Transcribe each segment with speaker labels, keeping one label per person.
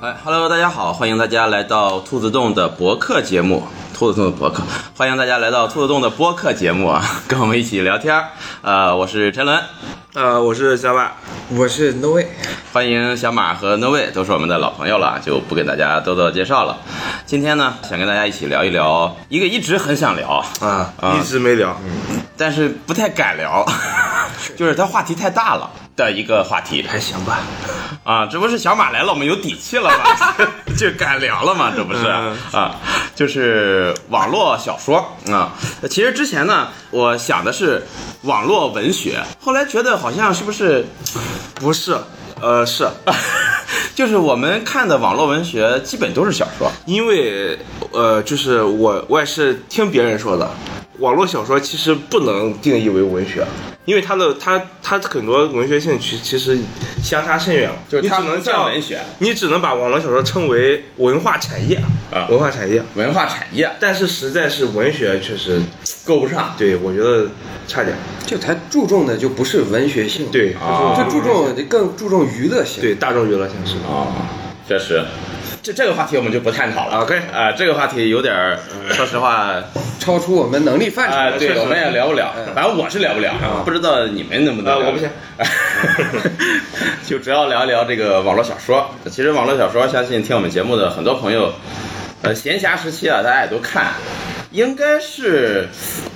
Speaker 1: 哎，Hello，大家好，欢迎大家来到兔子洞的博客节目，兔子洞的博客，欢迎大家来到兔子洞的播客节目啊， 跟我们一起聊天儿。呃，我是陈伦，
Speaker 2: 呃，我是小马，
Speaker 3: 我是 No Way，
Speaker 1: 欢迎小马和 No Way 都是我们的老朋友了，就不给大家多做介绍了。今天呢，想跟大家一起聊一聊一个一直很想聊，
Speaker 2: 啊，
Speaker 1: 啊
Speaker 2: 一直没聊，
Speaker 1: 但是不太敢聊， 就是它话题太大了的一个话题。
Speaker 3: 还行吧。
Speaker 1: 啊，这不是小马来了，我们有底气了吗？ 就敢聊了吗？这不是
Speaker 2: 嗯
Speaker 1: 啊，就是网络小说啊。其实之前呢，我想的是网络文学，后来觉得好像是不 是，
Speaker 2: 不是，呃，是
Speaker 1: 就是我们看的网络文学基本都是小说。
Speaker 2: 因为，呃，就是我我也是听别人说的，网络小说其实不能定义为文学，因为它的它它很多文学性其其实相差甚远，
Speaker 1: 就是
Speaker 2: 你
Speaker 1: 它
Speaker 2: 只
Speaker 1: 不
Speaker 2: 能
Speaker 1: 算
Speaker 2: 叫
Speaker 1: 文学，
Speaker 2: 你只能把网络小说称为文化产业
Speaker 1: 啊
Speaker 2: 文化产业，
Speaker 1: 文化产业
Speaker 2: 但是实在是文学确实，
Speaker 1: 够不上，
Speaker 2: 对我觉得差点，
Speaker 3: 就他注重的就不是文学性，
Speaker 2: 对，
Speaker 1: 啊
Speaker 3: 就注重更注重娱乐性。
Speaker 2: 对大众娱乐性是的。
Speaker 1: 啊，确实，这这个话题我们就不探讨了。
Speaker 2: OK 嗯
Speaker 1: 啊，这个话题有点儿，说实话，
Speaker 3: 超出我们能力范畴
Speaker 1: 啊，
Speaker 3: 的
Speaker 1: 对，
Speaker 3: 事
Speaker 1: 我
Speaker 3: 情
Speaker 1: 们也聊不了，反正我是聊不了，不知道你们能不能聊。
Speaker 2: 啊我不行
Speaker 1: 就主要聊一聊这个网络小说。其实网络小说，相信听我们节目的很多朋友，呃，闲暇时期啊，大家也都看，应该是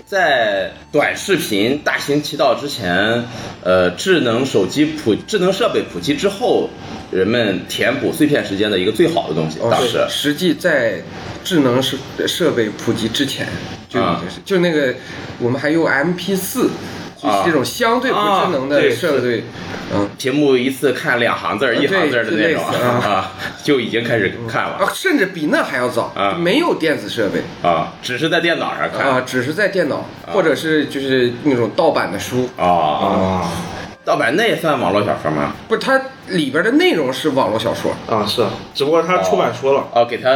Speaker 1: 在短视频大行其道之前，呃，智能手机普智能设备普及之后，人们填补碎片时间的一个最好的东西，
Speaker 3: 哦
Speaker 1: 当
Speaker 3: 对
Speaker 1: 时。
Speaker 3: 实际在智能设设备普及之前，就已
Speaker 1: 啊啊
Speaker 3: 经是就那个我们还用 MP 四，就是这种相对不智能
Speaker 2: 啊
Speaker 3: 的
Speaker 2: 对
Speaker 3: 设备，嗯
Speaker 1: 屏幕一次看两行字儿、
Speaker 3: 啊
Speaker 1: 一行字儿的那
Speaker 3: 对就类
Speaker 1: 种
Speaker 3: 似啊
Speaker 1: 啊，就已经开始看了
Speaker 3: 啊，甚至比那还要早
Speaker 1: 啊，
Speaker 3: 没有电子设备
Speaker 1: 啊，只是在电脑上看
Speaker 3: 啊，只是在电脑或者是就是那种盗版的书，
Speaker 1: 啊。
Speaker 2: 啊
Speaker 1: 盗版那也算网络小说吗？
Speaker 3: 不是它里边的内容是网络小说，
Speaker 2: 啊，是，只不过他出版书了。
Speaker 1: 哦，给他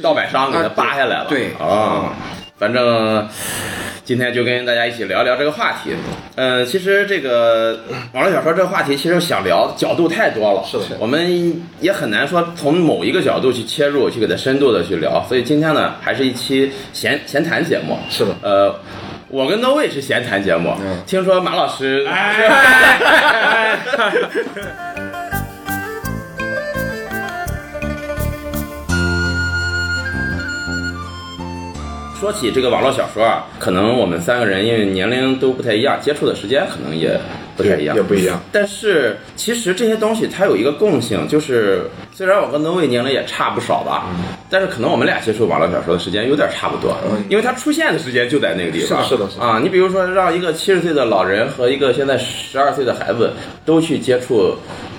Speaker 1: 盗版商给他扒下来了。
Speaker 3: 啊对对
Speaker 1: 啊，反正今天就跟大家一起聊聊这个话题。嗯，其实这个网络小说这个话题，其实想聊角度太多了，
Speaker 2: 是的
Speaker 1: 我们也很难说从某一个角度去切入，去给它深度的去聊。所以今天呢，还是一期闲闲谈节目。
Speaker 2: 是的
Speaker 1: 呃。我跟 No Way 是闲谈节目，
Speaker 3: 嗯
Speaker 1: 听说马老师，
Speaker 2: 哎
Speaker 1: 说起这个网络小说啊，可能我们三个人因为年龄都不太一样，接触的时间可能也不太一样，
Speaker 2: 也不一样。
Speaker 1: 但是其实这些东西它有一个共性，就是虽然我跟 No 位年龄也差不少吧，
Speaker 2: 嗯
Speaker 1: 但是可能我们俩接触网络小说的时间有点差不多，因为它出现的时间就在那个地方。
Speaker 2: 是的是的
Speaker 1: 啊，你比如说让一个七十岁的老人和一个现在十二岁的孩子都去接触。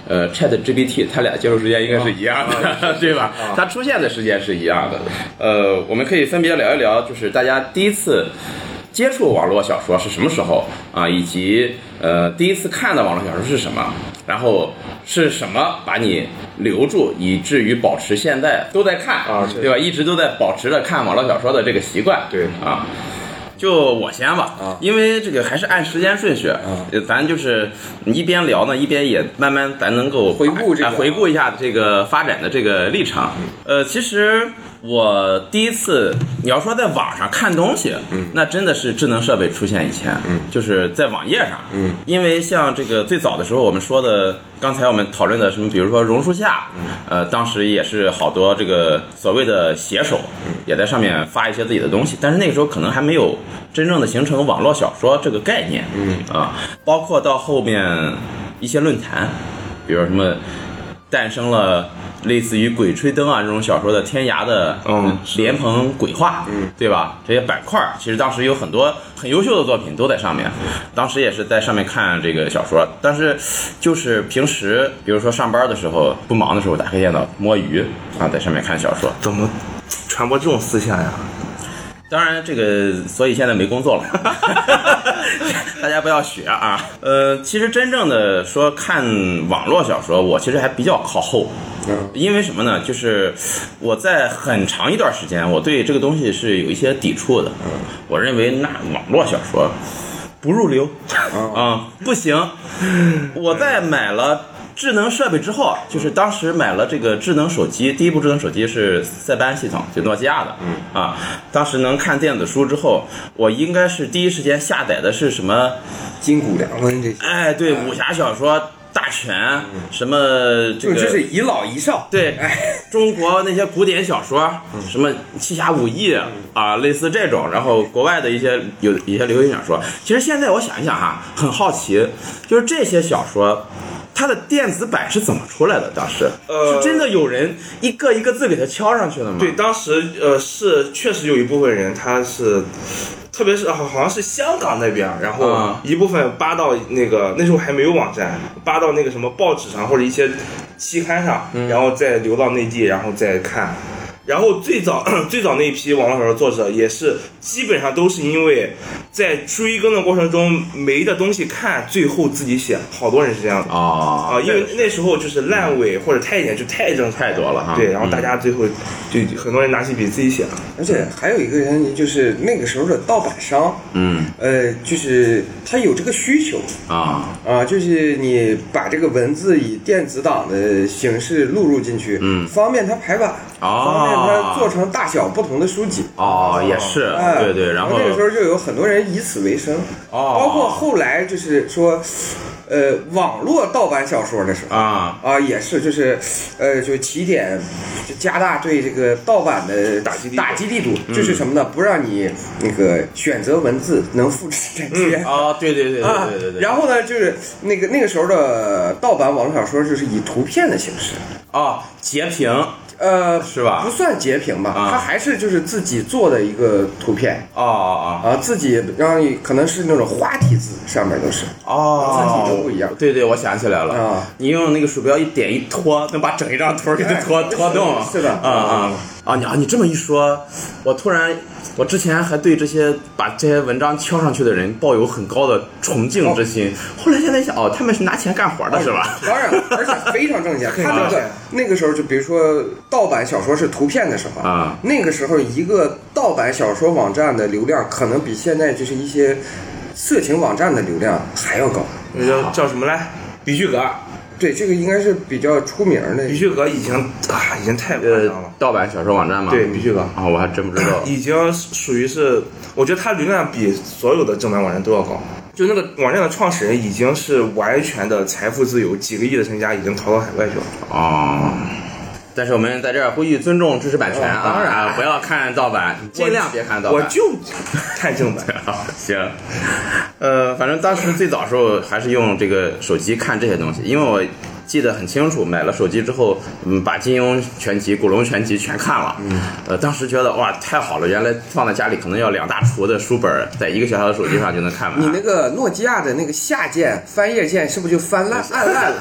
Speaker 1: 呃，Chat GPT，他俩接触时间应该是一样的， 对吧？它出现的时间是一样的。呃，我们可以分别聊一聊，就是大家第一次接触网络小说是什么时候啊，以及呃第一次看的网络小说是什么，然后是什么把你留住，以至于保持现在都在看
Speaker 2: 啊是
Speaker 1: 对吧？一直都在保持着看网络小说的这个习惯，
Speaker 2: 对
Speaker 1: 啊。就我先吧，
Speaker 3: 啊
Speaker 1: 因为这个还是按时间顺序，呃咱就是一边聊呢，一边也慢慢咱能够
Speaker 3: 回顾这个
Speaker 1: 哎回顾一下这个发展的这个历程。呃，其实我第一次你要说在网上看东西，那真的是智能设备出现以前，就是在网页上，因为像这个最早的时候我们说的，刚才我们讨论的什么，比如说榕树下，呃，当时也是好多这个所谓的写手也在上面发一些自己的东西，但是那个时候可能还没有真正的形成网络小说这个概念，嗯啊，包括到后面一些论坛，比如什么。诞生了类似于《鬼吹灯啊》这种小说的天涯的
Speaker 2: 嗯
Speaker 1: 莲蓬鬼话，嗯，对吧？这些板块儿其实当时有很多很优秀的作品都在上面，当时也是在上面看这个小说，但是就是平时比如说上班的时候不忙的时候，打开电脑摸鱼啊，在上面看小说。
Speaker 2: 怎么传播这种思想呀？
Speaker 1: 当然，这个所以现在没工作了，大家不要学啊。呃，其实真正的说看网络小说，我其实还比较靠后，因为什么呢？就是我在很长一段时间，我对这个东西是有一些抵触的。我认为那网络小啊说不入流啊、不行。我在买了。智能设备之后啊，就是当时买了这个智能手机，第一部智能手机是塞班系统，就诺基亚的。嗯啊，当时能看电子书之后，我应该是第一时间下载的是什么？
Speaker 3: 筋骨良温这些，
Speaker 1: 哎，对，武侠小说、大全，什么这
Speaker 3: 嗯就
Speaker 1: 个
Speaker 3: 这是一老一少。
Speaker 1: 对
Speaker 3: 哎，
Speaker 1: 中国那些古典小说，什么《七侠五义》啊，类似这种，然后国外的一些有一些流行小说，其实现在我想一想哈，很好奇，就是这些小说。它的电子版是怎么出来的？当时、
Speaker 4: 呃
Speaker 1: 是真的有人一个一个字给它敲上去的吗？
Speaker 4: 对，，当时呃是确实有一部分人他是，特别是啊好好像是香港那边儿，然后
Speaker 2: 嗯
Speaker 1: 啊
Speaker 4: 一部分扒到那个那时候还没有网站，扒到那个什么报纸上或者一些期刊上，
Speaker 2: 嗯
Speaker 4: 然后再流到内地，然后再看。然后最早 最早那一批网络小说作者也是基本上都是因为在追更的过程中没的东西看，最后自己写，好多人是这样的。
Speaker 1: 哦，
Speaker 4: 啊，因为那时候就是烂尾或者太监就太正常
Speaker 1: 太多了哈
Speaker 4: 对，然后大家最后就
Speaker 3: 嗯
Speaker 4: 很多人拿起笔自己写了。
Speaker 3: 而且还有一个原因就是那个时候的盗版商，
Speaker 1: 嗯
Speaker 3: 呃，就是他有这个需求
Speaker 1: 啊，
Speaker 3: 啊，就是你把这个文字以电子档的形式录入进去，
Speaker 1: 嗯
Speaker 3: 方便它排版，
Speaker 1: 哦
Speaker 3: 方便它做成大小不同的书籍。
Speaker 1: 哦，也是，
Speaker 3: 哎
Speaker 1: 对对，
Speaker 3: 然
Speaker 1: 后
Speaker 3: 这个时候就有很多人以此为生，
Speaker 1: 哦
Speaker 3: 包括后来就是说，呃，网络盗版小说的时候。
Speaker 1: 啊，
Speaker 3: 啊，也是，就是，呃，就起点，就加大对这个盗版的
Speaker 4: 打击力度
Speaker 3: 打击力度，
Speaker 1: 嗯
Speaker 3: 就是什么呢？不让你那个选择文字能复制粘贴，
Speaker 1: 哦，对对对 对对对对，
Speaker 3: 然后呢，就是那个那个时候的盗版网络小说，就是以图片的形式，
Speaker 1: 哦，截屏
Speaker 3: 呃，
Speaker 1: 是吧
Speaker 3: 不算截屏吧，
Speaker 1: 啊
Speaker 3: 它还是就是自己做的一个图片
Speaker 1: 哦哦
Speaker 3: 啊，自己让你可能是那种花体字，上面都是
Speaker 1: 哦哦，
Speaker 3: 字体都不一样
Speaker 1: 对对，我想起来了，
Speaker 3: 啊
Speaker 1: 你用那个鼠标一点一拖，能把整一张图给它拖、
Speaker 3: 哎
Speaker 1: 拖动。
Speaker 3: 是的
Speaker 1: 啊啊啊！你啊，你这么一说，我突然，我之前还对这些把这些文章敲上去的人抱有很高的崇敬之心，后来现在一想，哦，他们是拿钱干活的是吧？
Speaker 3: 哦当然，而且非常挣钱。
Speaker 1: 啊
Speaker 3: 他
Speaker 4: 挣
Speaker 3: 那个
Speaker 4: 钱
Speaker 3: 那个时候，就比如说盗版小说是图片的时候
Speaker 1: 啊
Speaker 3: 那个时候一个盗版小说网站的流量，可能比现在就是一些色情网站的流量还要高。
Speaker 4: 那叫叫什么来？比须格，
Speaker 3: 对，这个应该是比较出名儿
Speaker 1: 哎
Speaker 3: 的
Speaker 4: 比。须格已经啊，已经太夸张
Speaker 1: 呃
Speaker 4: 了。，
Speaker 1: 盗版小说网站吗？
Speaker 4: 对，。比须格。
Speaker 1: 啊、我还真不知 道
Speaker 4: 已经属于是，我觉得它流量比所有的正版网站都要高。就那个网站的创始人已经是完全的财富自由，几个亿的身家已经逃到海外去了。
Speaker 1: 哦。但是我们在这儿呼吁尊重知识版权啊，
Speaker 3: 哦当然
Speaker 1: 啊不要看盗版，尽量别看盗版。
Speaker 4: 我就看 正版。
Speaker 1: 好，行，呃，反正当时最早时候还是用这个手机看这些东西，因为我记得很清楚，买了手机之后，嗯，把金庸全集、古龙全集全看了，嗯，呃，当时觉得哇，太好了，原来放在家里可能要两大橱的书本儿，在一个小小的手机上就能看完，
Speaker 3: 你那个诺基亚的那个下键翻页键是不是就 翻烂按烂了？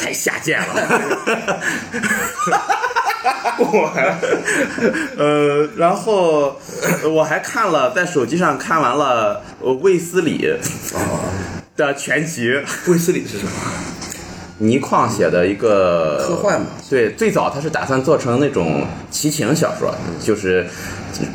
Speaker 1: 太下贱 了。呃，然后呃我还看了，在手机上看完了呃卫斯理
Speaker 3: 哦
Speaker 1: 的全集，
Speaker 4: 卫斯理是什么？
Speaker 1: 倪匡写的一个
Speaker 3: 科幻嘛
Speaker 1: 对，最早他是打算做成那种奇情小说，就是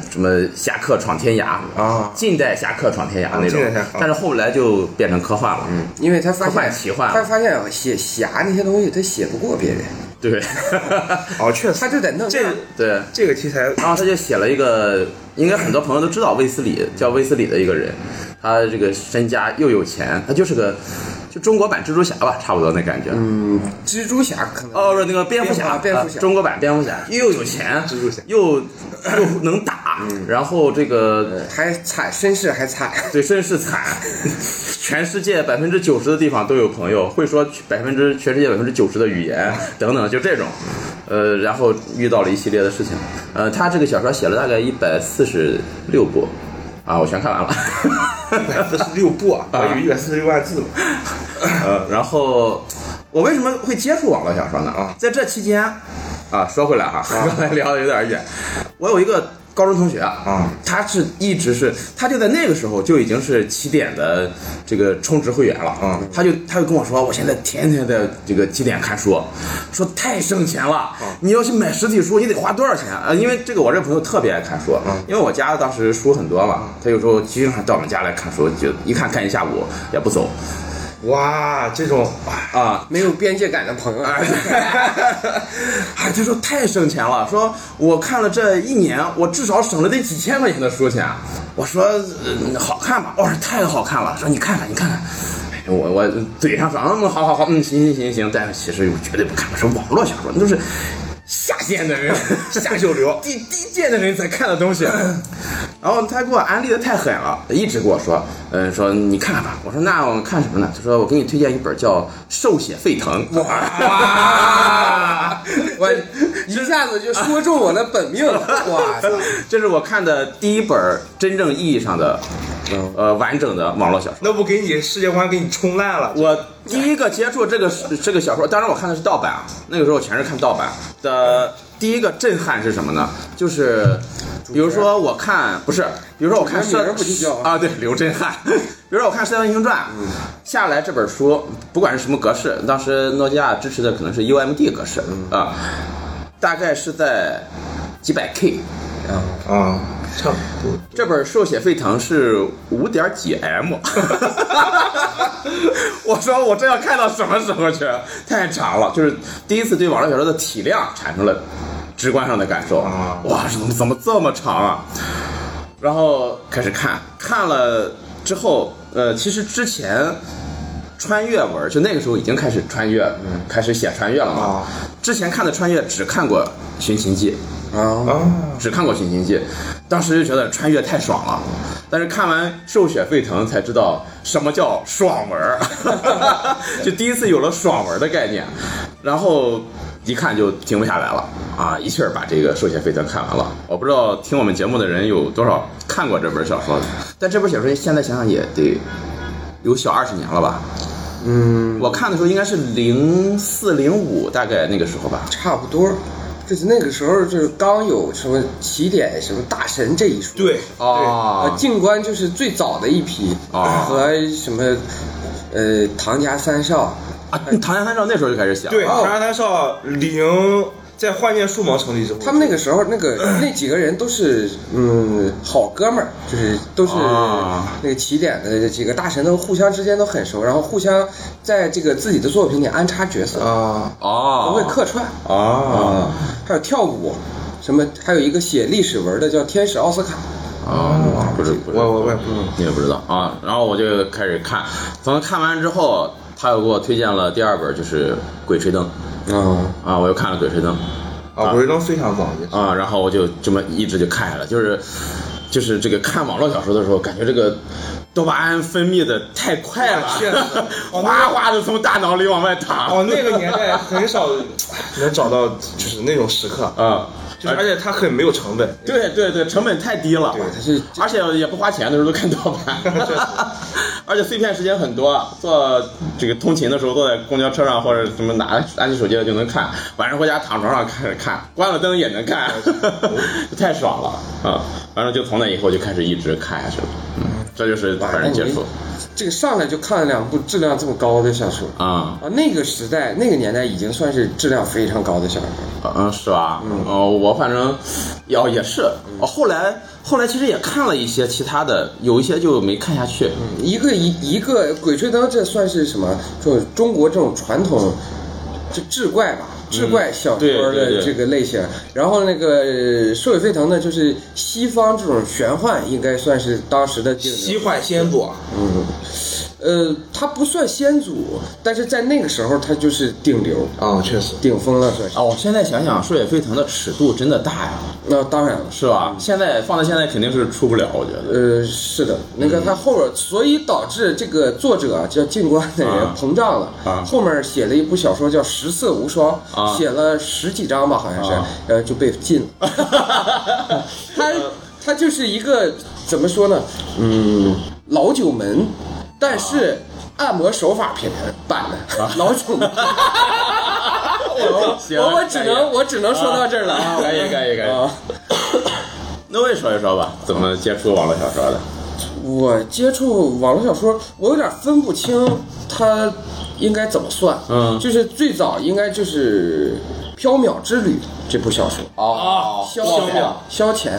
Speaker 1: 什么侠客闯天涯
Speaker 4: 啊
Speaker 1: 近代侠客闯天涯那种
Speaker 4: 近代侠客，
Speaker 1: 但是后来就变成科幻了。嗯，
Speaker 3: 因为他发
Speaker 1: 科幻
Speaker 3: 现
Speaker 1: 奇幻啊
Speaker 3: 他发现写侠那些东西他写不过别人，
Speaker 1: 对，
Speaker 4: 哦，确
Speaker 3: 他
Speaker 4: 实，
Speaker 3: 就得弄
Speaker 4: 这
Speaker 3: 样
Speaker 4: 个
Speaker 1: 对。
Speaker 4: 这个题材
Speaker 1: 然后他就写了一个，应该很多朋友都知道卫斯理，叫卫斯理的一个人，他这个身家又有钱，他就是个就中国版蜘蛛侠吧，差不多那感觉。嗯，
Speaker 3: 蜘蛛侠可能
Speaker 1: 哦，不是那个蝙蝠侠，
Speaker 3: 蝙蝠蝙蝠侠
Speaker 1: 啊中国版蝙蝠侠又有钱，
Speaker 4: 蜘蛛侠
Speaker 1: 又又能打，然后这个
Speaker 3: 还惨，身世还惨。
Speaker 1: 对身世惨，全世界百分之九十的地方都有朋友，会说百分之全世界百分之九十的语 言等等，就这种，呃，然后遇到了一系列的事情，呃，他这个小说写了大概一百四十六部，啊，我全看完了。
Speaker 4: 四十六部啊，我以为一百四十六万字呢。
Speaker 1: 呃，然后我为什么会接触网络小说呢？啊，在这期间，啊，说回来哈、刚才聊的有点远，我有一个高中同学啊，他是一直是，他就在那个时候就已经是起点的这个充值会员了啊，他就他就跟我说，我现在天天在这个起点看书，说太省钱了，你要去买实体书，你得花多少钱啊？因为这个我这朋友特别爱看书，因为我家当时书很多嘛，他有时候经常到我们家来看书，就一看看一下午也不走。
Speaker 2: 哇，这种哎
Speaker 1: 啊，
Speaker 3: 没有边界感的朋 友啊，
Speaker 1: 哎，他说太省钱了，说我看了这一年，我至少省了得几千块钱的书钱。啊我说、呃好看吧，我说太好看了，说你看看你看看。哎我我嘴上说嗯好好好嗯行行行行，但是其实我绝对不看，是网络小说，那都是下贱的人下九流低低贱的人才看的东西。然后他给我安利的太狠了，一直跟我说，嗯说你看吧，我说那我看什么呢？他说我给你推荐一本叫《兽血沸腾》。哇！
Speaker 3: 我一下子就说中我的本命了，哇塞！
Speaker 1: 这是我看的第一本真正意义上的，呃，完整的网络小说。
Speaker 2: 那不给你世界观给你冲烂了？
Speaker 1: 我第一个接触这个这个小说，当然我看的是盗版啊，那个时候我全是看盗版的。第一个震撼是什么呢？就是，比如说我看不是，比如说我看
Speaker 3: 主角
Speaker 1: 射
Speaker 3: 名儿不计较啊嗯
Speaker 1: 啊，对，刘震 撼。比如说我看《射雕英雄传》，下来这本书，不管是什么格式，当时诺基亚支持的可能是 UMD 格式
Speaker 3: 嗯
Speaker 1: 啊，大概是在几百 K。
Speaker 2: 啊，差不多。
Speaker 1: 这本《兽血沸腾》是五点几 M，我说我这要看到什么时候去？太长了，就是第一次对网络小说的体量产生了直观上的感受。
Speaker 2: 啊
Speaker 1: 哇，这怎么怎么这么长啊？然后开始看，看了之后，呃，其实之前穿越文，就那个时候已经开始穿越，开始写穿越了嘛。
Speaker 2: 嗯啊
Speaker 1: 之前看的穿越只看过《寻秦记》，
Speaker 3: 啊，
Speaker 2: 啊，
Speaker 1: 只看过《寻秦记》，当时就觉得穿越太爽了，但是看完《兽血沸腾》才知道什么叫爽 文儿，就第一次有了爽文的概念，然后一看就停不下来了啊，一气儿把这个《兽血沸腾》看完了。我不知道听我们节目的人有多少看过这本小说的，但这本小说现在想想也得有小二十年了吧。嗯，我看的时候应该是零四零五，大概那个时候吧。
Speaker 3: 差不多。就是那个时候，就是刚有什么起点、什么大神这一说，
Speaker 2: 对，
Speaker 1: 哦
Speaker 3: 呃，静观就是最早的一批，
Speaker 1: 啊
Speaker 3: 和什么，呃，唐家三少，
Speaker 1: 啊，唐家三少那时候就开始啊写了。
Speaker 2: 对，唐山大少零在幻剑树盟成立之后，
Speaker 3: 他们那个时候，那个那几个人都是嗯好哥们儿，就是都是
Speaker 1: 啊
Speaker 3: 那个起点的几个大神，都互相之间都很熟，然后互相在这个自己的作品里安插角色，
Speaker 2: 啊
Speaker 1: 哦，
Speaker 3: 都会客串
Speaker 1: 哦，
Speaker 3: 啊还有跳舞，什么还有一个写历史文的叫天使奥斯卡，
Speaker 1: 哦，不是，不是
Speaker 2: 我我我也不知道
Speaker 1: 你也不知道啊。然后我就开始看，从看完之后，他又给我推荐了第二本，就是《鬼吹灯》
Speaker 3: 嗯，
Speaker 1: 啊，我又看了《鬼吹灯》
Speaker 2: 啊，鬼吹灯非常早，也是
Speaker 1: 啊，然后我就这么一直就看下来，就是就是这个看网络小说的时候，感觉这个多巴胺分泌的太快了
Speaker 2: 哇确实哦，那个
Speaker 1: 哗哗的从大脑里往外淌。
Speaker 2: 哦，那个年代很少能找到就是那种时刻，
Speaker 1: 啊，
Speaker 2: 就是而且它很没有成本，
Speaker 1: 对对对，成本太低了，
Speaker 2: 对它
Speaker 3: 是
Speaker 1: 而且也不花钱的时候都看盗版，而且碎片时间很多，坐这个通勤的时候坐在公交车上或者什么拿拿起手机就能看，晚上回家躺床上开始看，关了灯也能看， 太爽了啊！完了就从那以后就开始一直看下去了，嗯，这就是本人接触
Speaker 3: 这个上来就看了两部质量这么高的小说。
Speaker 1: 啊
Speaker 3: 啊，那个时代，那个年代已经算是质量非常高的小说了。
Speaker 1: 嗯，是吧？嗯，哦，我反正，哦，也是。哦，后来后来其实也看了一些其他的，有一些就没看下去。
Speaker 3: 一个一一个《鬼吹灯》，这算是什么？就中国这种传统，这志怪吧，志怪小说
Speaker 1: 嗯对对
Speaker 3: 的
Speaker 1: 对
Speaker 3: 这个类型。然后那个呃《兽血沸腾》呢，就是西方这种玄幻，应该算是当时的顶流
Speaker 2: 西幻先祖，
Speaker 3: 嗯，呃，它不算先祖，但是在那个时候，它就是顶流、
Speaker 2: 啊，确实，
Speaker 3: 顶峰了，算是。
Speaker 1: 啊，我现在想想，《树血沸腾》的尺度真的大呀，
Speaker 3: 那当然了。
Speaker 1: 是吧？现在放在现在肯定是出不了，我觉得。
Speaker 3: 呃，是的，那
Speaker 1: 嗯
Speaker 3: 个他后边，所以导致这个作者啊叫静观的人
Speaker 1: 啊
Speaker 3: 膨胀了，
Speaker 1: 啊
Speaker 3: 后面写了一部小说叫《十色无双》，
Speaker 1: 啊
Speaker 3: 写了十几章吧，好像是，
Speaker 1: 啊
Speaker 3: 呃，就被禁了。 他他就是一个怎么说呢？嗯，老九门，但是按摩手法品版的、
Speaker 1: 啊
Speaker 3: 老 九门。我
Speaker 1: 行
Speaker 3: 我我只
Speaker 1: 可以
Speaker 3: 能我只能说到这儿了。
Speaker 1: 啊可以可以可以
Speaker 3: 啊
Speaker 1: 那我也说一说吧，怎么接触网络小说的？
Speaker 3: 我接触网络小说，我有点分不清它应该怎么算。
Speaker 1: 嗯
Speaker 3: 就是最早应该就是缥缈之旅》这部小说。
Speaker 1: 哦，
Speaker 3: 消遣，消遣，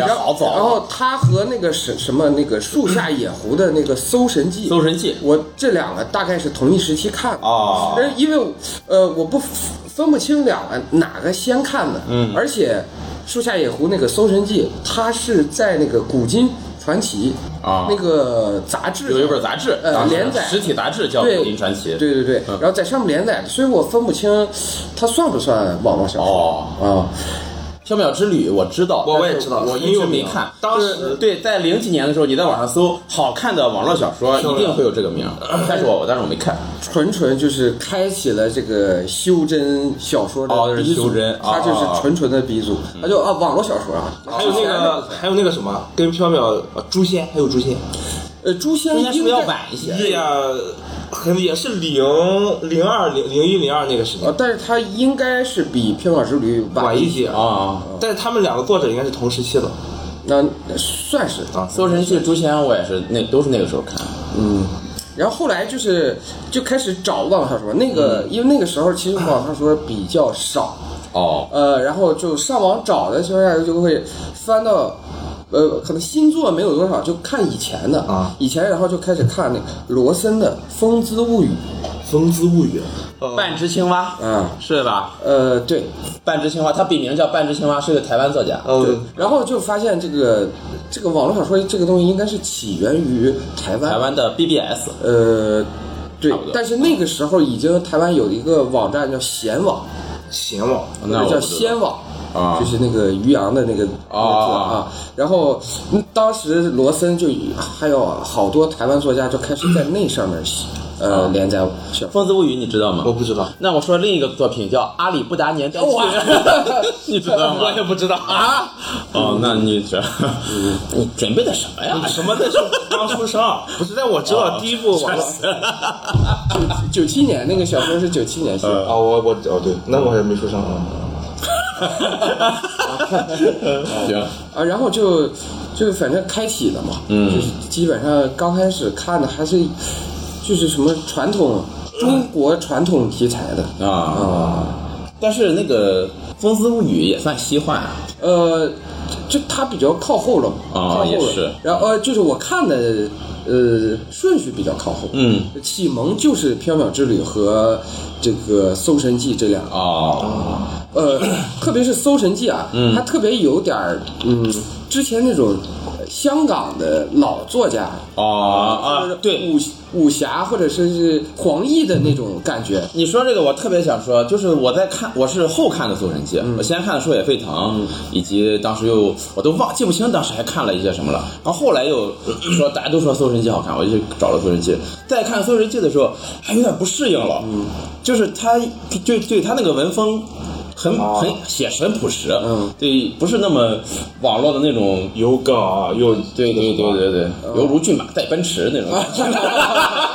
Speaker 1: 要
Speaker 3: 然
Speaker 1: 好
Speaker 3: 后
Speaker 1: 早啊
Speaker 3: 然后他和那个什什么那个树下野狐的那个《搜神记》，
Speaker 1: 搜神记
Speaker 3: 我这两个大概是同一时期看的
Speaker 1: 哦
Speaker 3: 但是因为呃我不分不清两个哪个先看的，嗯，而且树下野狐那个《搜神记》，它是在那个古今传奇
Speaker 1: 啊
Speaker 3: 那个杂志上
Speaker 1: 有一本杂志，
Speaker 3: 呃
Speaker 1: 当时
Speaker 3: 连载
Speaker 1: 实体杂志叫《
Speaker 3: 对
Speaker 1: 武林传奇》。嗯
Speaker 3: 对对对，然后在上面连载的，所以我分不清它算不算网络小说
Speaker 1: 哦，
Speaker 3: 啊。
Speaker 1: 缥缈之旅我知道，
Speaker 4: 我
Speaker 1: 但
Speaker 4: 我也
Speaker 1: 是
Speaker 4: 知道
Speaker 1: 我
Speaker 4: 是
Speaker 1: 因为
Speaker 4: 知
Speaker 1: 没
Speaker 4: 名
Speaker 1: 看。
Speaker 4: 当
Speaker 1: 就是呃
Speaker 4: 时
Speaker 1: 对，在零几年的时候，你在网上搜好看的网络小说，一定会有这个名儿，但是我但是我没看。
Speaker 3: 纯纯就是开启了这个修真小说的
Speaker 1: 哦这是哦嗯
Speaker 3: 鼻祖
Speaker 1: 修真
Speaker 3: 他就是纯纯的鼻祖，他就啊网络小说啊，
Speaker 1: 嗯
Speaker 4: 还有那个，还有那个什么，跟缥缈
Speaker 2: 啊
Speaker 4: 呃诛仙，还有诛仙，
Speaker 3: 呃诛仙
Speaker 1: 应该是不是要
Speaker 3: 应该
Speaker 1: 晚一些？
Speaker 2: 哎
Speaker 4: 对呀，很也是零零二零零一零二那个时代
Speaker 3: 啊，，但是他应该是比缥缈之旅晚
Speaker 4: 晚
Speaker 3: 一
Speaker 4: 一
Speaker 3: 些，
Speaker 4: 些啊。
Speaker 1: 啊，
Speaker 4: 但是他们两个作者应该是同时期的
Speaker 3: 那算是。
Speaker 1: 《
Speaker 4: 啊
Speaker 1: 搜神记》《诛仙》我也是那都是那个时候看。
Speaker 3: 然后后来就是就开始找网上说那个，
Speaker 1: 嗯
Speaker 3: 因为那个时候其实网上说比较少，
Speaker 1: 哦，
Speaker 3: 呃，然后就上网找的情况下，就会翻到，呃，可能新作没有多少，就看以前的
Speaker 4: 啊
Speaker 3: 以前然后就开始看那个罗森的《风姿物语
Speaker 4: 《风姿物语》呃
Speaker 1: 半只青蛙，
Speaker 3: 嗯
Speaker 1: 是吧？》，
Speaker 3: 呃，对，
Speaker 1: 半只青蛙，它笔名叫半只青蛙，是个台湾作家。
Speaker 4: 嗯，
Speaker 3: 然后就发现这个这个网络小说这个东西应该是起源于台湾，
Speaker 1: 台湾的 BBS
Speaker 3: 呃。对
Speaker 1: 差不多，
Speaker 3: 但是那个时候已经台湾有一个网站叫闲网，
Speaker 4: 闲网
Speaker 1: 那
Speaker 3: 或者
Speaker 1: 我
Speaker 3: 叫
Speaker 1: 不知道
Speaker 3: 仙网
Speaker 1: 啊
Speaker 3: 就是那个于洋的那个那个字啊。然后嗯当时罗森就还有好多台湾作家就开始在那上面写呃
Speaker 1: 啊
Speaker 3: 连载
Speaker 1: 《
Speaker 3: 小说。
Speaker 1: 风姿物语》，你知道吗？
Speaker 4: 我不知道，
Speaker 1: 那我说另一个作品叫《阿里不达年代剧》
Speaker 3: 哇，
Speaker 1: 你知道吗？
Speaker 4: 我也不知道嗯
Speaker 1: 啊。哦，那你这你准备的什么呀？
Speaker 4: 什么那时候 刚出生， 不是？但我知道第一 部网络
Speaker 1: 啊
Speaker 3: 九七年那个小说是九七年写的。
Speaker 4: 啊，我我哦对，那我还没出生啊。
Speaker 1: 行，
Speaker 3: 啊，然后就就反正开启了嘛，嗯，就是基本上刚开始看的还是就是什么传统中国传统题材的
Speaker 1: 啊但是那个《风姿物语》也算西幻啊，
Speaker 3: 呃，就它比较靠后了嘛，
Speaker 1: 啊
Speaker 3: 靠后
Speaker 1: 也
Speaker 3: 了
Speaker 1: 是
Speaker 3: 然后呃，就是我看的呃顺序比较靠后，
Speaker 1: 嗯，
Speaker 3: 启蒙就是《缥缈之旅》和这个《搜神记》这两个，
Speaker 1: 哦，
Speaker 3: 呃，特别是《搜神记》啊，
Speaker 1: 嗯
Speaker 3: 它特别有点儿嗯，之前那种呃香港的老作家。
Speaker 1: 哦
Speaker 3: 或者
Speaker 1: 啊
Speaker 3: 是，
Speaker 1: 对，
Speaker 3: 武武侠或者说是黄奕的那种感觉，
Speaker 1: 你说这个，我特别想说，就是我在看，我是后看的《搜神记》，我先看的《说也沸腾》，以及当时又我都忘记不清当时还看了一些什么了。然后后来又说大家都说《搜神记》好看，我就去找了《搜神记》。在看《搜神记》的时候，还有点不适应了，就是他对对他那个文风。很很写实，很朴实，
Speaker 3: 嗯，
Speaker 1: 对，不是那么网络的那种，
Speaker 4: 有梗啊，有
Speaker 1: 对对对嗯对对，犹如骏马带奔驰那种感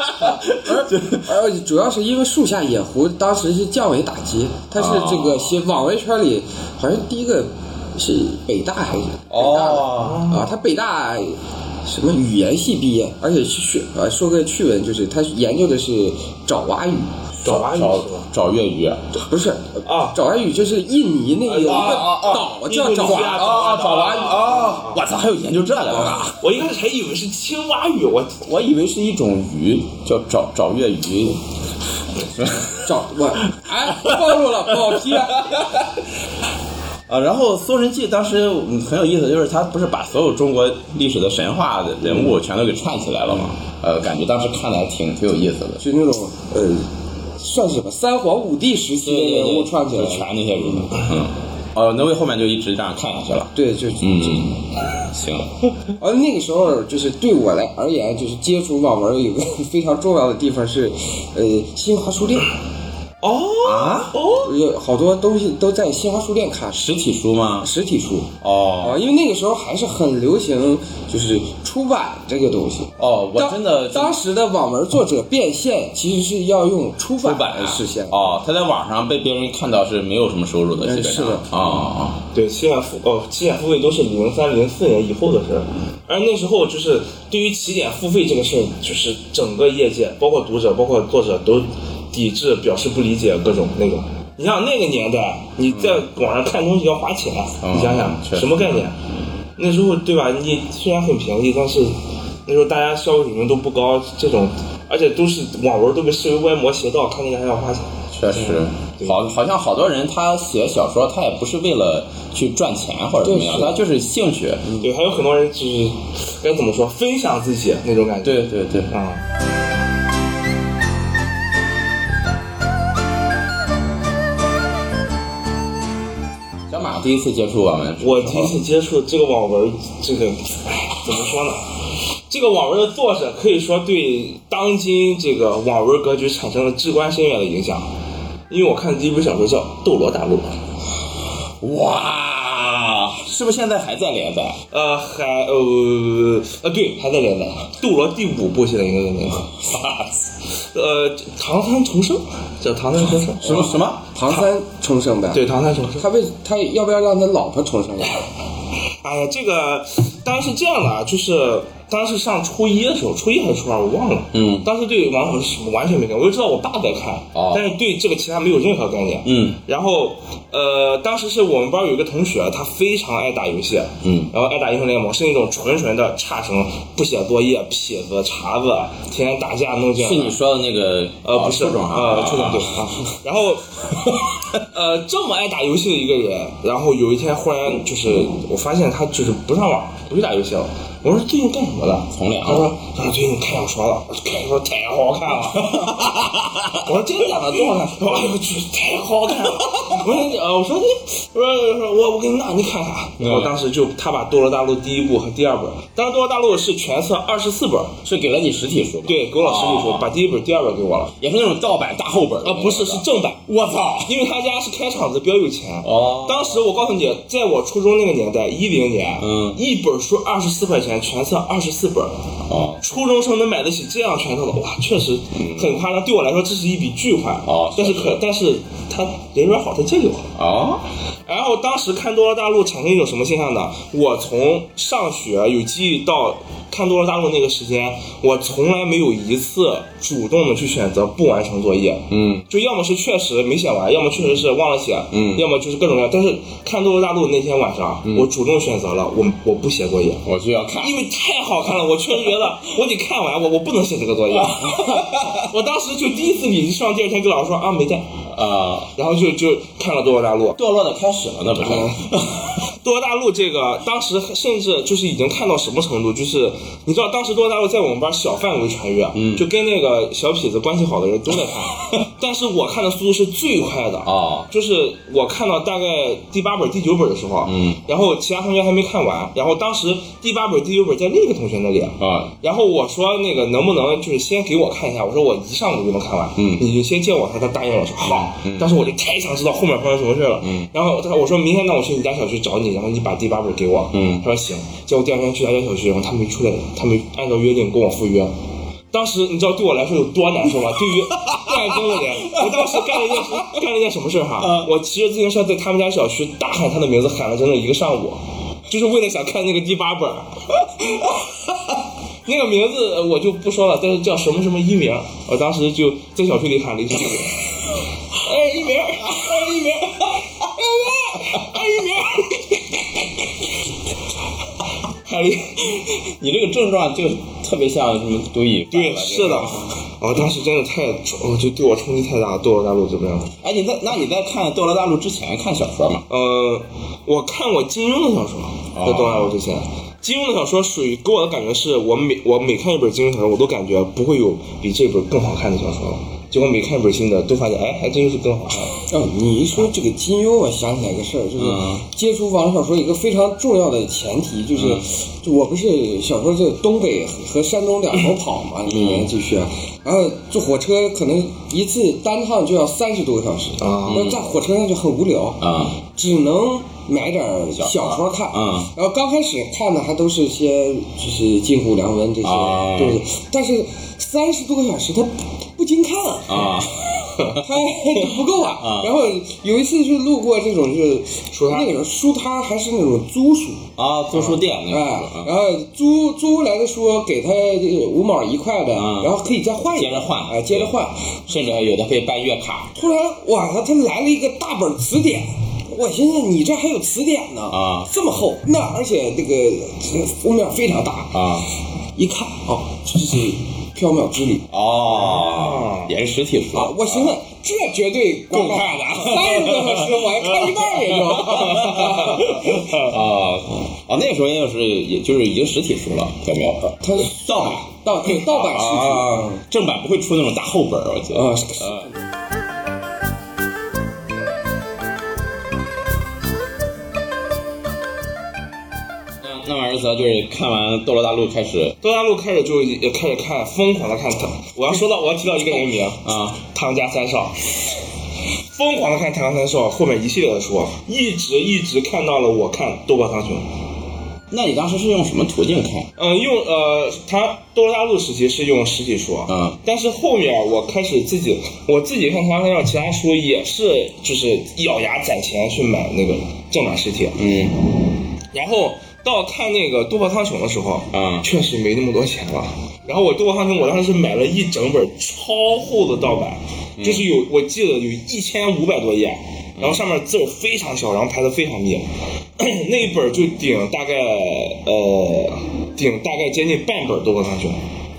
Speaker 1: 觉，
Speaker 3: 而主要是因为树下野狐当时是降维打击，他是这个写网文圈里好像第一个是北大还是北大的、
Speaker 1: 哦
Speaker 3: 啊，他北大什么语言系毕业，而且是学呃说个趣闻，就是他研究的是爪哇语，
Speaker 4: 爪哇语
Speaker 1: 找
Speaker 4: 是吧？
Speaker 1: 找粤语，
Speaker 3: 不是
Speaker 4: 啊
Speaker 3: 爪哇语就是印尼那个有一个
Speaker 1: 啊啊啊
Speaker 3: 岛叫
Speaker 4: 印度
Speaker 3: 爪
Speaker 4: 尼西亚
Speaker 3: 哇，
Speaker 1: 啊，爪哇语
Speaker 4: 啊
Speaker 1: 啊！我操，还有研究这个的呢！
Speaker 4: 我一开始还以为是青蛙语，我
Speaker 1: 我以为是一种鱼，叫爪爪月鱼。
Speaker 3: 爪哇，哎，暴露了，跑题了。
Speaker 1: 啊，然后《搜神记》当时嗯很有意思，就是他不是把所有中国历史的神话的人物全都给串起来了吗？呃，感觉当时看的还挺挺有意思的。
Speaker 3: 就那种呃，算是吧，三皇五帝时期的人物串起来
Speaker 1: 就
Speaker 3: 了，
Speaker 1: 全那些人物，嗯，哦，那为后面就一直这样看下去了。
Speaker 3: 对，就
Speaker 1: 嗯，行，
Speaker 3: 而那个时候就是对我来而言，就是接触网文有个非常重要的地方是，呃，新华书店，
Speaker 4: 哦
Speaker 1: 啊
Speaker 4: 哦，
Speaker 3: 有好多东西都在新华书店看实
Speaker 1: 实体书吗？
Speaker 3: 实体书
Speaker 1: 哦
Speaker 3: 啊，因为那个时候还是很流行就是出版这个东西。
Speaker 1: 哦，我
Speaker 3: 当
Speaker 1: 真的
Speaker 3: 当时的网文作者变现其实是要用出
Speaker 1: 出
Speaker 3: 版
Speaker 1: 版
Speaker 3: 来实
Speaker 4: 啊
Speaker 3: 现的。
Speaker 1: 哦，他在网上被别人看到是没有什么收入的，基
Speaker 3: 嗯
Speaker 1: 本
Speaker 3: 是
Speaker 1: 上
Speaker 3: 的
Speaker 1: 啊啊
Speaker 4: 对，七眼付哦，起点付费都是零三零四年以后的事儿，
Speaker 1: 嗯
Speaker 4: 而那时候就是对于起点付费这个事儿，就是整个业界，包括读者，包括作者都抵制，表示不理解各种那种。你像那个年代，你在网上看东西要花钱，你想想
Speaker 1: 嗯确实
Speaker 4: 什么概念？那时候对吧？你虽然很便宜，但是那时候大家消费水平都不高，这种而且都是网文都被视为歪魔邪道，看那个还要花钱。
Speaker 1: 确实，好，好像好多人他写小说，他也不是为了去赚钱或者怎么样，他就是兴趣。
Speaker 4: 对，还有很多人就是该怎么说，分享自己那种感觉。
Speaker 1: 对对对，
Speaker 4: 啊、
Speaker 1: 小马第一次接触网文，
Speaker 4: 我第一次接触这个网文，这个唉怎么说呢？这个网文的作者可以说对当今这个网文格局产生了至关深远的影响，因为我看的第一本小说叫《斗罗大陆》，
Speaker 1: 哇，是不是现在还在连载？
Speaker 4: 呃，还呃呃对，还在连载，《斗罗》第五部现在应该在连载。 呃，唐三重生叫唐三重生，
Speaker 3: 什么什么？唐三重生呗。，
Speaker 4: 对，唐三重生。
Speaker 3: 他为他要不要让他老婆重生呀？
Speaker 4: 哎呀，这个当时是这样的啊，就是当时上初一的时候，初一还是初二，我忘了。
Speaker 1: 嗯
Speaker 4: 当时对网友是完全没概念，我就知道我爸在看，
Speaker 1: 哦
Speaker 4: 但是对这个其他没有任何概念。
Speaker 1: 嗯
Speaker 4: 然后，呃，当时是我们班有一个同学，啊他非常爱打游戏，啊
Speaker 1: 嗯，
Speaker 4: 然后爱打英雄联盟，是那种纯纯的差生，不写作业、痞子、茬子，啊天天打架弄这样
Speaker 1: 是
Speaker 4: 的。
Speaker 1: 你说的那个
Speaker 4: 啊呃，不是，
Speaker 1: 初中啊
Speaker 4: 呃，，初中对啊。 然后，呃，这么爱打游戏的一个人，然后有一天忽然就是，我发现他就是不上网，不去打游戏了。我说最近干什么了？
Speaker 1: 从良
Speaker 4: 他说，他说最近看小说了，我说看小说太好看了。 我说真的假的？多好看？他说哎呦，去，太好看了。我说你，呃，我说你，我说我说我我给你拿，你看看。
Speaker 1: 嗯
Speaker 4: 然后当时就他把《斗罗大陆》第一部和第二本，当时《斗罗大陆》是全册二十四本，
Speaker 1: 是给了你实体书吗？，
Speaker 4: 对，给我老师就
Speaker 1: 哦
Speaker 4: 说把第一本、第二本给我了。
Speaker 1: 也是那种盗版大厚本
Speaker 4: 啊，不是，是正版。
Speaker 1: 我操！
Speaker 4: 因为他家是开厂子，比较有钱。
Speaker 1: 哦
Speaker 4: 当时我告诉你，在我初中那个年代，一零年，
Speaker 1: 嗯
Speaker 4: 一本书二十四块钱，全册二十四本，
Speaker 1: 哦
Speaker 4: 初中生能买得起这样全套的，哇，确实很夸张。对我来说，这是一笔巨款。
Speaker 1: 哦
Speaker 4: 但是可，但是他人缘好，他借给我了。
Speaker 1: 哦，
Speaker 4: 然后当时看《多罗大陆》产生一种什么现象呢？我从上学有记忆到看《多罗大陆》那个时间，我从来没有一次主动的去选择不完成作业。
Speaker 1: 嗯，
Speaker 4: 就要么是确实没写完，要么确实是忘了写，
Speaker 1: 嗯
Speaker 4: 要么就是各种各样。但是看《多罗大陆》那天晚上，啊我主动选择了我我不写作业。
Speaker 1: 我就要看。
Speaker 4: 因为太好看了，我确实觉得我得看完，我我不能写这个作业。我当时就第一次理直气壮，第二天跟老师说啊没带，
Speaker 1: 呃，
Speaker 4: 然后就就看了《多罗大陆》。
Speaker 1: 堕落的开始了，那不
Speaker 4: 嗯
Speaker 1: 是？
Speaker 4: 多罗大陆这个当时甚至就是已经看到什么程度，就是你知道当时多罗大陆在我们班小范围传阅，嗯就跟那个小痞子关系好的人都在 看，但是我看的速度是最快的
Speaker 1: 哦
Speaker 4: 就是我看到大概第八本、第九本的时候，嗯，然后其他同学还没看完，然后当时第八本、第九本在另一个同学那里，
Speaker 1: 啊，
Speaker 4: 然后我说那个能不能就是先给我看一下？我说我一上午就能看完，
Speaker 1: 嗯
Speaker 4: 你就先借我一下。他答应了，说好。当时我就太想知道后面发生什么事了，
Speaker 1: 嗯
Speaker 4: 然后他我说明天那我去你家小区找你，然后你把第八本给我，
Speaker 1: 嗯
Speaker 4: 他说行。结果第二天去他家小区，然后他没出来，他没按照约定跟我赴约。当时你知道对我来说有多难受吗？对 于断更的人，我当时干了一件事，干了一件什么事儿哈？我骑着自行车在他们家小区大喊他的名字，喊了整整一个上午，就是为了想看那个第八本 儿。那个名字呃我就不说了，但是叫什么什么一鸣，我当时就在小区里喊了一声一鸣， 哎一鸣，哎一鸣，哎一鸣，喊了一，
Speaker 1: 你这个症状就特别像什么毒瘾犯了。
Speaker 4: 对，是的，我、当时真的太，我就对我冲击太大了，堕落大陆怎么样？
Speaker 1: 哎，你在那你在看《斗罗大陆》之前看小说吗？
Speaker 4: 呃，我看过金庸的小说，
Speaker 1: 哦
Speaker 4: 在《东大陆》之前，金庸的小说属于给我的感觉是我每我每看一本金庸小说，我都感觉不会有比这本更好看的小说了。结果每看一本新的，都发现哎，还真是更好看。
Speaker 3: 哦，你一说这个金庸，我想起来个事儿，就是接触网络小说一个非常重要的前提，就是、就我不是小时候在东北和山东两头跑嘛，每年就去，然后坐火车可能一次单趟就要三十多个小时，
Speaker 4: 啊
Speaker 3: 那、在火车上就很无聊，
Speaker 1: 啊，
Speaker 3: 只能买点儿小说看。
Speaker 1: 嗯
Speaker 3: 然后刚开始看的还都是些就是近乎良文这些
Speaker 1: 哦
Speaker 3: 东西，但是三十多个小时他不不经看
Speaker 1: 啊，
Speaker 3: 他不够啊。然后有一次就路过这种就是
Speaker 4: 书摊
Speaker 3: 那个书摊还是那种租书，
Speaker 1: 啊，租书店那
Speaker 3: 哎
Speaker 1: 个，啊
Speaker 3: 然后租租来的书给他呃五毛一块呗，
Speaker 1: 嗯
Speaker 3: 然后可以再换一
Speaker 1: 接
Speaker 3: 个，
Speaker 1: 着换
Speaker 3: 哎，接着换。
Speaker 1: 甚至还有的可以办月卡
Speaker 3: 突然，哇他来了一个大本词典。我寻思你这还有词典呢
Speaker 1: 啊
Speaker 3: 这么厚，那而且那个这个封面非常大
Speaker 1: 啊，
Speaker 3: 一看哦，这是《缥缈之旅》
Speaker 1: 哦，也是实体书
Speaker 3: 啊！我寻思这绝对够看的，三十多本书我还看一半也就。
Speaker 1: 啊 啊，那时候也是，也就是已经实体书了，有没有？
Speaker 3: 它
Speaker 1: 盗版
Speaker 3: 盗对盗版实
Speaker 1: 啊
Speaker 3: 体，
Speaker 1: 正版不会出那种大厚本儿，我觉得。
Speaker 3: 啊，
Speaker 1: 那那完儿子就是看完《斗罗大陆》开始
Speaker 4: 东大陆开始就也开始看，疯狂的看他。我要说到，我要提到一个人名，
Speaker 1: 啊，
Speaker 4: 唐家三少，疯狂的看唐家三少后面一系列的书，一直一直看到了我看《豆瓣苍穹》。
Speaker 1: 那你当时是用什么途径看？
Speaker 4: 嗯，用呃，他多大陆时期是用实体书，
Speaker 1: 嗯，
Speaker 4: 啊但是后面我开始自己，我自己看《唐三藏》其他书也是，就是咬牙攒钱去买那个正版实体，
Speaker 1: 嗯
Speaker 4: 然后到看那个《杜破苍穹》的时候，
Speaker 1: 嗯
Speaker 4: 确实没那么多钱了。然后我《杜破苍穹》，我当时是买了一整本超厚的盗版，就是有我记得有一千五百多页，然后上面字儿非常小，然后排的非常密， 那一本就顶大概呃顶大概接近半本《杜破苍穹》。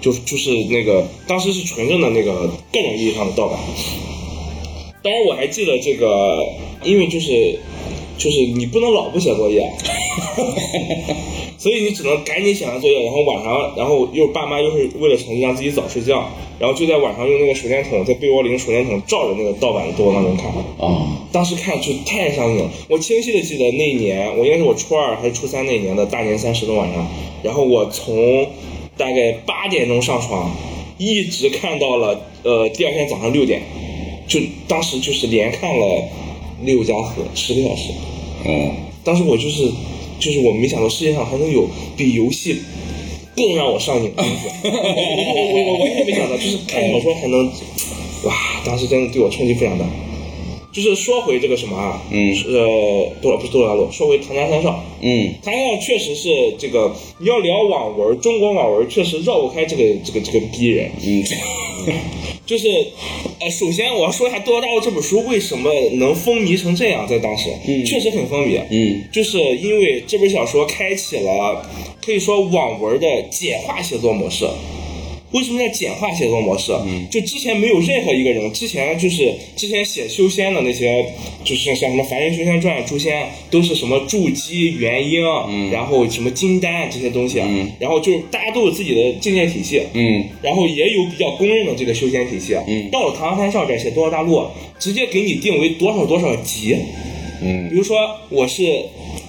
Speaker 4: 就就是那个，当时是纯正的那个各种意义上的盗版，当然我还记得这个，因为就是就是你不能老不写作业， 所以你只能赶紧写完作业，然后晚上，然后又爸妈又是为了成绩让自己早睡觉，然后就在晚上用那个手电筒在被窝里用手电筒照着那个盗版的《多当中看。
Speaker 1: 哦
Speaker 4: 当时看就太上瘾了，我清晰的记得那一年，我应该是我初二还是初三那年的大年三十的晚上，然后我从大概八点钟上床，一直看到了呃第二天早上六点，就当时就是连看了六加和十个小时，
Speaker 1: 嗯
Speaker 4: 当时我就是就是我没想到世界上还能有比游戏。更让我上瘾的东西，我我我我完全没想到，就是看小说还能，哇！当时真的对我冲击非常大。就是说回这个什么啊，
Speaker 1: 嗯
Speaker 4: 呃，多少不是多少路，说回唐家三少，
Speaker 1: 嗯
Speaker 4: 唐家三少确实是这个，你要聊网文，中国网文确实绕不开这个这个这个逼人，
Speaker 1: 嗯，
Speaker 4: 就是，呃，首先我要说一下《多大陆》这本书为什么能风靡成这样，在当时，
Speaker 1: 嗯
Speaker 4: 确实很风靡，
Speaker 1: 嗯，
Speaker 4: 就是因为这本小说开启了可以说网文的简化写作模式。为什么叫简化写作模式？嗯，就之前没有任何一个人，之前就是之前写修仙的那些，就是像什么《凡人修仙传》《诛仙》，啊都是什么筑基、元婴，嗯然后什么金丹啊这些东西，
Speaker 1: 嗯，
Speaker 4: 然后就是大家都有自己的境界体系，
Speaker 1: 嗯
Speaker 4: 然后也有比较公认的这个修仙体系。啊
Speaker 1: 嗯
Speaker 4: 到了唐山少这些多少大陆，啊直接给你定为多少多少级。
Speaker 1: 嗯
Speaker 4: 比如说我是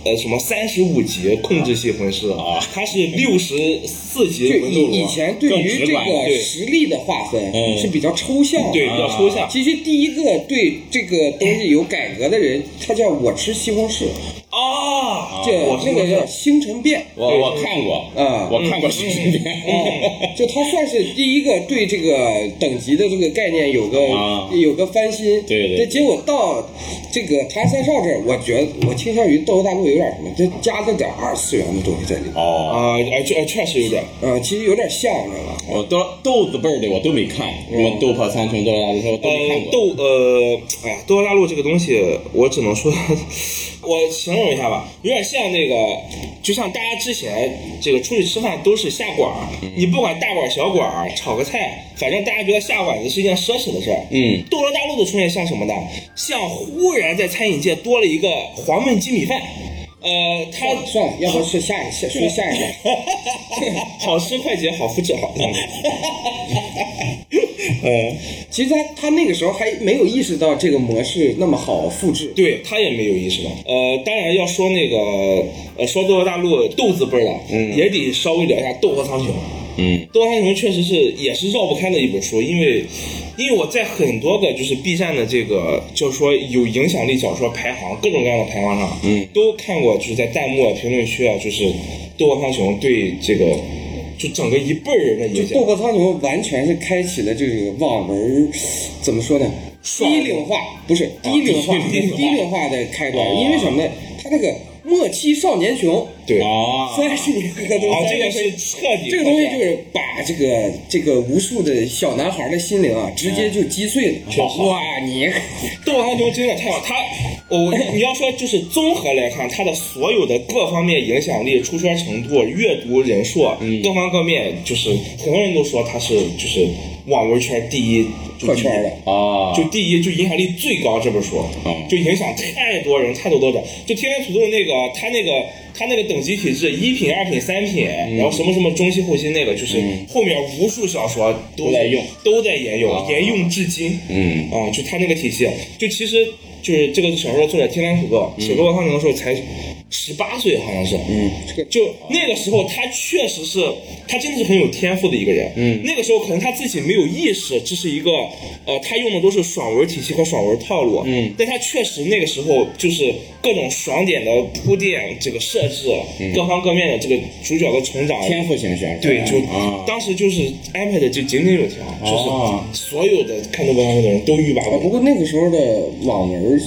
Speaker 4: 呃什么三十五级控制系魂师
Speaker 1: 啊
Speaker 4: 他是六十四级
Speaker 3: 就
Speaker 4: 魂斗罗，
Speaker 3: 以以前对于这
Speaker 1: 更直观
Speaker 3: 个
Speaker 4: 对
Speaker 3: 实力的划分
Speaker 1: 嗯
Speaker 3: 是比较抽象的。
Speaker 4: 对比较抽象。
Speaker 3: 其实第一个对这个东西有改革的人，他叫我吃西红柿，
Speaker 4: 啊，
Speaker 3: 这
Speaker 4: 我
Speaker 3: 那个叫星辰变。
Speaker 1: 我我看过，
Speaker 3: 嗯
Speaker 1: 我看过视频，嗯
Speaker 3: 啊，就他算是第一个对这个等级的这个概念有个、
Speaker 1: 啊
Speaker 3: 有个翻新，
Speaker 1: 对对
Speaker 3: 那结果到这个唐三少这儿，我觉得我倾向于《斗罗大陆》有点什么，就加了点二次元的东西在里面。
Speaker 1: 哦。
Speaker 4: 啊，呃确确实有点。
Speaker 3: 啊，其实有点像，你知道吧？
Speaker 1: 我都豆子辈儿的我都没看，什么《斗破苍穹》《嗯斗罗大陆》我都没看
Speaker 4: 呃，
Speaker 1: 过。
Speaker 4: 斗呃，哎呀，斗罗大陆这个东西，我只能说， 我形容一下吧，有点像那个，就像大家之前这个出去吃饭都是下馆儿，
Speaker 1: 嗯
Speaker 4: 你不管大馆儿小馆儿，炒个菜，反正大家觉得下馆子是一件奢侈的事儿。
Speaker 1: 嗯，
Speaker 4: 斗罗大陆的出现像什么呢？像忽然在餐饮界多了一个黄焖鸡米饭。呃，它
Speaker 3: 哎算了，要不是下一下说下一个，
Speaker 4: 好吃快捷，好肤质， 好。嗯，
Speaker 3: 其实他他那个时候还没有意识到这个模式那么好复制。
Speaker 4: 对他也没有意识到。呃，当然要说那个，呃，说《斗罗大陆》豆字辈儿的，嗯，也得稍微聊一下《斗破苍穹》。
Speaker 1: 嗯
Speaker 4: 《斗破苍穹》确实是也是绕不开的一本书，因为因为我在很多个就是 B 站的这个就是说有影响力小说排行各种各样的排行上，嗯，都看过，就是在弹幕啊、评论区啊，就是《斗破苍穹》对这个就整个一辈儿人的影响
Speaker 3: 《斗。破苍穹》完全是开启了这个网文，怎么说呢？低龄化，不是啊低龄化，
Speaker 4: 低龄化
Speaker 3: 低龄化的开端，因为什么呢？他那个末期少年穷，
Speaker 5: 对
Speaker 1: 哦
Speaker 4: 啊
Speaker 3: 三十年河东，
Speaker 4: 啊，这
Speaker 3: 三
Speaker 4: 个
Speaker 3: 十
Speaker 4: 是
Speaker 3: 年
Speaker 4: 彻底
Speaker 3: 这个东西就是把这个这个无数的小男孩的心灵啊，直接就击碎了。哇，你
Speaker 4: 窦文中真的太好，他 我你要说就是综合来看，他的所有的各方面影响力、出圈程度、阅读人数，啊各方各面，就是很多人都说他是就是网文圈第一
Speaker 3: 破圈了。
Speaker 1: 啊
Speaker 4: 就第一，就影响力最高这本书，就影响太多人，太多多的。就天天土豆那个，他那个他那个等级体制，一品、二品、三品，然后什么什么中期、后期那个，就是后面无数小说都
Speaker 1: 在用，
Speaker 4: 嗯都在沿用，沿用至今。嗯啊，就他那个体系，就其实就是这个小说的作者天天土豆写《罗汉》的时候才十八岁，好像是。嗯，就那个时候，他确实是，他真的是很有天赋的一个人。嗯，那个时候可能他自己没有意识，这是一个，呃，他用的都是爽文体系和爽文套路。嗯，但他确实那个时候就是各种爽点的铺垫，这个设置，各方各面的这个主角的成长，
Speaker 1: 嗯天赋型选手，
Speaker 4: 对，就、
Speaker 1: 啊
Speaker 4: 当时就是安排的就井井有条，就是所有的看这文章的人都欲罢
Speaker 3: 啊，
Speaker 4: 不
Speaker 3: 不
Speaker 4: 能。
Speaker 3: 过那个时候的网文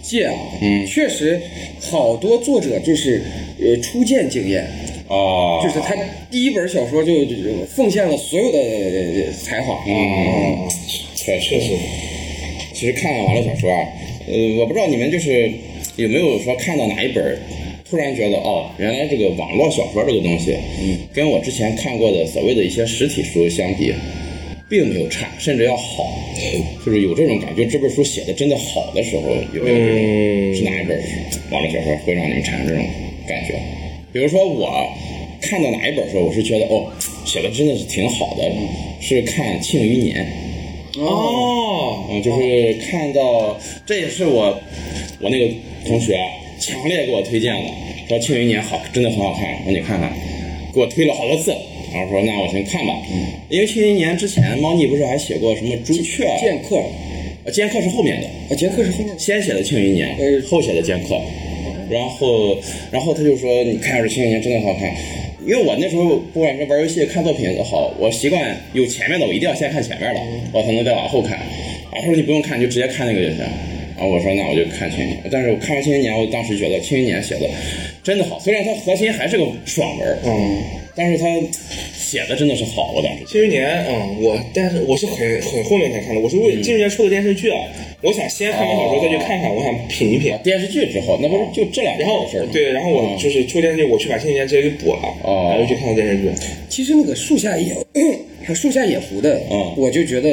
Speaker 3: 界啊，嗯，确实好多作者就是呃初见经验，
Speaker 1: 哦，
Speaker 3: 就是他第一本小说就就奉献了所有的呃才华，
Speaker 1: 嗯，确实
Speaker 4: 确实，
Speaker 1: 其实看网络小说啊，呃，我不知道你们就是有没有说看到哪一本儿，突然觉得哦，原来这个网络小说这个东西，嗯，跟我之前看过的所谓的一些实体书相比，并没有差，甚至要好，就是有这种感觉。这本书写的真的好的时候，有没有这种？是哪一本网络小说会让你们产生这种感觉？比如说我看到哪一本书，我是觉得哦，写的真的是挺好的，是看《庆余年》。
Speaker 4: 哦，
Speaker 1: 嗯，就是看到，这也是我我那个同学强烈给我推荐的，说《庆余年》好，真的很好看，让你看看，给我推了好多次，然后说那我先看吧，
Speaker 3: 嗯
Speaker 1: 因为《庆余年》之前猫腻不是还写过什么朱雀，
Speaker 3: 剑客
Speaker 1: 呃剑客是后面的，
Speaker 3: 啊，剑客是后面
Speaker 1: 先写的《庆余年
Speaker 3: 呃》，
Speaker 1: 后写的《剑客》，然后，然后他就说：“你看一下《庆余年》真的很好看。”因为我那时候不管是玩游戏、看作品也好，我习惯有前面的，我一定要先看前面的，我才能再往后看。啊，他说你不用看，你就直接看那个就行。然后我说那我就看《庆余年》，但是我看完《庆余年》，我当时觉得《庆余年》写的真的好，虽然它核心还是个爽文，嗯，但是它写的真的是好，我当时觉得。
Speaker 4: 庆余年，嗯，我但是我是很很后面才看的，我是为庆余年出了电视剧啊，我想先看完小说再去看看，我想品一品
Speaker 1: 啊。电视剧之后，那不是就这两
Speaker 4: 然后
Speaker 1: 个事儿吗？
Speaker 4: 对，然后我就是出电视剧，我去把《庆余年》直接给补了，
Speaker 1: 哦
Speaker 4: 然后去看了电视剧。
Speaker 3: 其实那个树下野， 还有树下野狐的，
Speaker 1: 嗯
Speaker 3: 我就觉得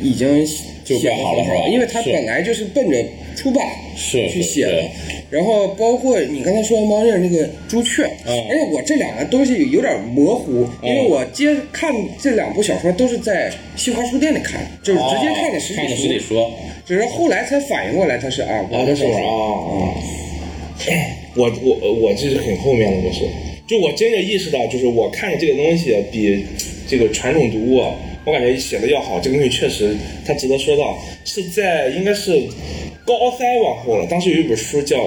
Speaker 3: 已经
Speaker 1: 就
Speaker 3: 写得
Speaker 1: 变好了
Speaker 3: 很
Speaker 1: 是吧
Speaker 3: 因为他
Speaker 1: 是
Speaker 3: 本来就是奔着出版
Speaker 1: 是
Speaker 3: 去
Speaker 1: 是
Speaker 3: 写的
Speaker 1: 是。
Speaker 3: 然后包括你刚才说猫腻儿那个朱雀，
Speaker 1: 嗯
Speaker 3: 而且我这两个东西有点模糊，因为我接看这两部小说都是在西华书店里看，就是直接看的实体
Speaker 1: 哦看
Speaker 3: 书，
Speaker 1: 的实体书，
Speaker 3: 只是后来才反应过来它是啊，我的小
Speaker 4: 啊
Speaker 3: 说。
Speaker 4: 啊！我我我这是很后面的，我是，就我真的意识到，就是我看的这个东西啊比这个传统读物，啊我感觉写的要好，这个东西确实它值得说到，是在应该是高三往后了，当时有一本书叫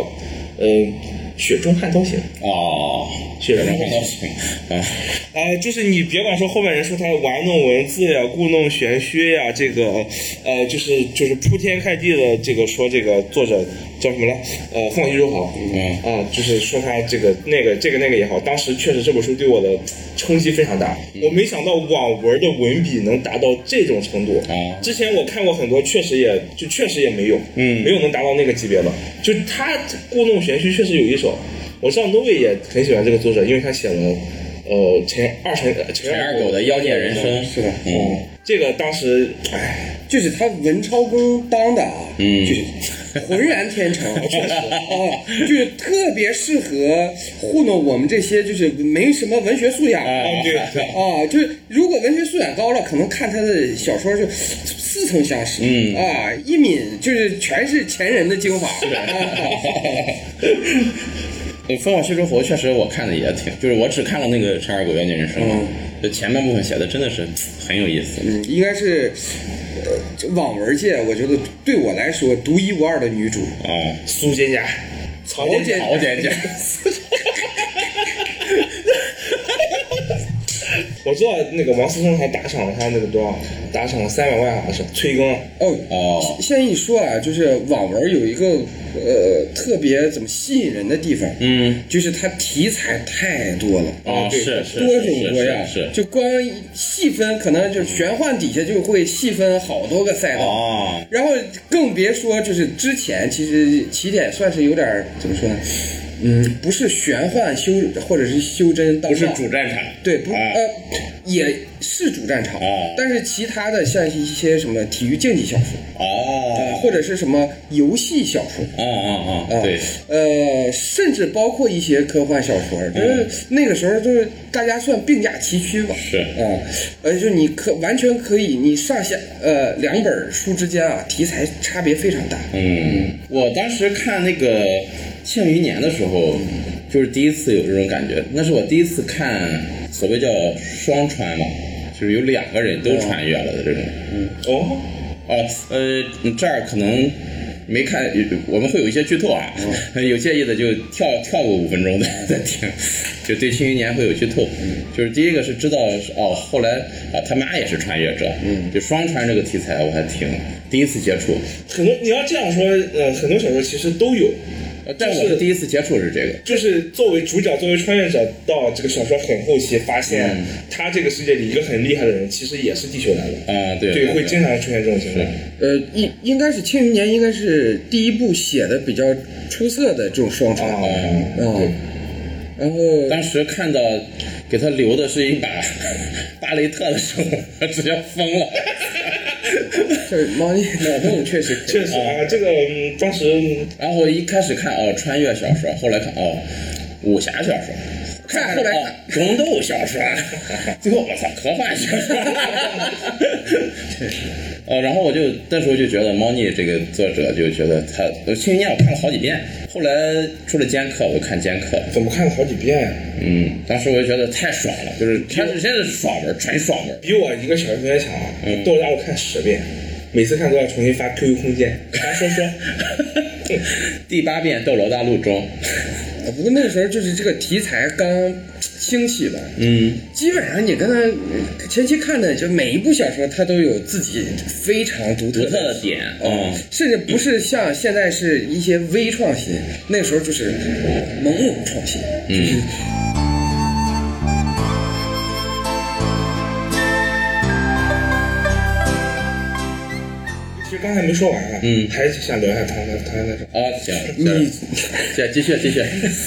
Speaker 4: 呃《雪中悍刀行》。
Speaker 1: 哦，
Speaker 4: 确实
Speaker 1: 然后呢嗯，
Speaker 4: 呃，就是你别管说后面人说他玩弄文字呀、故弄玄虚呀，这个呃，就是就是铺天盖地的这个说这个作者叫什么来？呃，凤凰一周好，
Speaker 1: 嗯
Speaker 4: 啊、就是说他这个那个这个那个也好，当时确实这本书对我的冲击非常大，
Speaker 1: 嗯
Speaker 4: 我没想到网文的文笔能达到这种程度。
Speaker 1: 啊
Speaker 4: 之前我看过很多，确实也就确实也没有，嗯，没有能达到那个级别的。就他故弄玄虚，确实有一手。我知道 n o 也很喜欢这个作者，因为他写了，呃，陈二陈陈
Speaker 1: 陈二狗的《妖孽人生》
Speaker 3: 是的，
Speaker 1: 嗯，
Speaker 4: 这个当时，哎，
Speaker 3: 就是他文超公当的啊，
Speaker 1: 嗯
Speaker 3: 就是浑然天 成，确实啊，就是特别适合糊弄我们这些就是没什么文学素养啊，
Speaker 4: 哦对对
Speaker 3: 啊，就是如果文学素养高了，可能看他的小说就似曾相识，嗯啊，一抿就是全是前人的精华，啊
Speaker 1: 呃，《烽火戏诸侯》确实我看的也挺，就是我只看了那个《陈二狗妖孽人生》嘛，就前半部分写的真的是很有意思。
Speaker 3: 嗯，应该是。呃，这网文界，我觉得对我来说独一无二的女主，
Speaker 1: 啊，
Speaker 4: 苏蒹葭，曹
Speaker 3: 曹
Speaker 4: 蒹
Speaker 3: 蒹
Speaker 4: 葭，
Speaker 1: 好简洁，
Speaker 4: 我知道那个王思聪还打赏了他那个多少，打赏了三百万好像是催更了。啊
Speaker 3: 哦
Speaker 6: 哦
Speaker 3: 现现在一说啊，就是网文有一个呃特别怎么吸引人的地方，
Speaker 1: 嗯，
Speaker 3: 就是它题材太多了。
Speaker 1: 啊，
Speaker 4: 对
Speaker 1: 是是
Speaker 3: 多种多样，
Speaker 1: 是是是
Speaker 3: 就光细分，可能就玄幻底下就会细分好多个赛道，
Speaker 1: 哦，
Speaker 3: 然后更别说就是之前其实起点算是有点儿怎么说呢？嗯，不是玄幻修或者是修真当
Speaker 1: 不
Speaker 3: 道，
Speaker 1: 是主战场，
Speaker 3: 对不、
Speaker 1: 啊
Speaker 3: 呃也是主战场，
Speaker 1: 啊
Speaker 3: 但是其他的像一些什么体育竞技小说啊、
Speaker 1: 哦，
Speaker 3: 或者是什么游戏小说。
Speaker 1: 哦哦
Speaker 3: 啊
Speaker 1: 哦，对，
Speaker 3: 呃，甚至包括一些科幻小说，就是那个时候就是大家算并驾齐驱吧。
Speaker 1: 嗯是
Speaker 3: 啊，呃，就是你可完全可以，你上下呃两本书之间啊，题材差别非常大。
Speaker 1: 嗯，我当时看那个《庆余年》的时候，就是第一次有这种感觉。那是我第一次看所谓叫双穿嘛，就是有两个人都穿越了的这种。
Speaker 4: 哦，
Speaker 1: 哦，呃，这儿可能没看，我们会有一些剧透啊， 有介意的就跳跳个五分 钟再再听，就对《庆余年》会有剧透。就是第一个是知道是哦，后来啊他妈也是穿越者，就双穿这个题材我还挺第一次接触，
Speaker 4: 很多你要这样说，呃，很多小说其实都有，
Speaker 1: 呃但我是第一次接触是这个。
Speaker 4: 就是作为主角，作为穿越者，到这个小说很后期发现，他这个世界里一个很厉害的人，其实也是地球来的。
Speaker 1: 啊，对
Speaker 4: 对，会经常出现这种情况。
Speaker 3: 呃，应应该是《庆余年》，应该是第一部写的比较出色的这种双穿
Speaker 4: 啊
Speaker 3: 啊、嗯然后
Speaker 1: 当时看到给他留的是一把 巴雷特的手， 他直接疯了。
Speaker 3: 这猫腻脑洞确实可以
Speaker 4: 确实啊，这个、嗯当时嗯
Speaker 1: 然后我一开始看哦穿越小说，后来看哦武侠小说，
Speaker 3: 看后来
Speaker 1: 哦宫斗小说， 最后我操科幻小 说。呃，然后我就那时候就觉得猫腻这个作者就觉得他《庆余年》我看了好几遍，后来出了尖刻，我就看尖刻，
Speaker 4: 怎么看了好几遍呀、
Speaker 1: 嗯，当时我就觉得太爽了，就是他这真的是爽文，纯爽文。
Speaker 4: 比我一个小时学强啊，豆芽我看十遍，每次看都要重新发 QQ 空间，发说 说。
Speaker 1: 第八遍《斗罗大陆》中，
Speaker 3: 啊不过那个时候就是这个题材刚兴起吧，
Speaker 1: 嗯，
Speaker 3: 基本上你跟他前期看的，就每一部小说，它都有自己非常独特
Speaker 1: 独特的点
Speaker 3: 嗯
Speaker 1: 嗯
Speaker 3: 甚至不是像现在是一些微创新，那时候就是猛猛创新。
Speaker 1: 嗯
Speaker 4: 其实刚才没说完啊，
Speaker 1: 嗯
Speaker 4: 还是想聊一下唐三唐三藏。
Speaker 1: 啊，行，你这继续继续，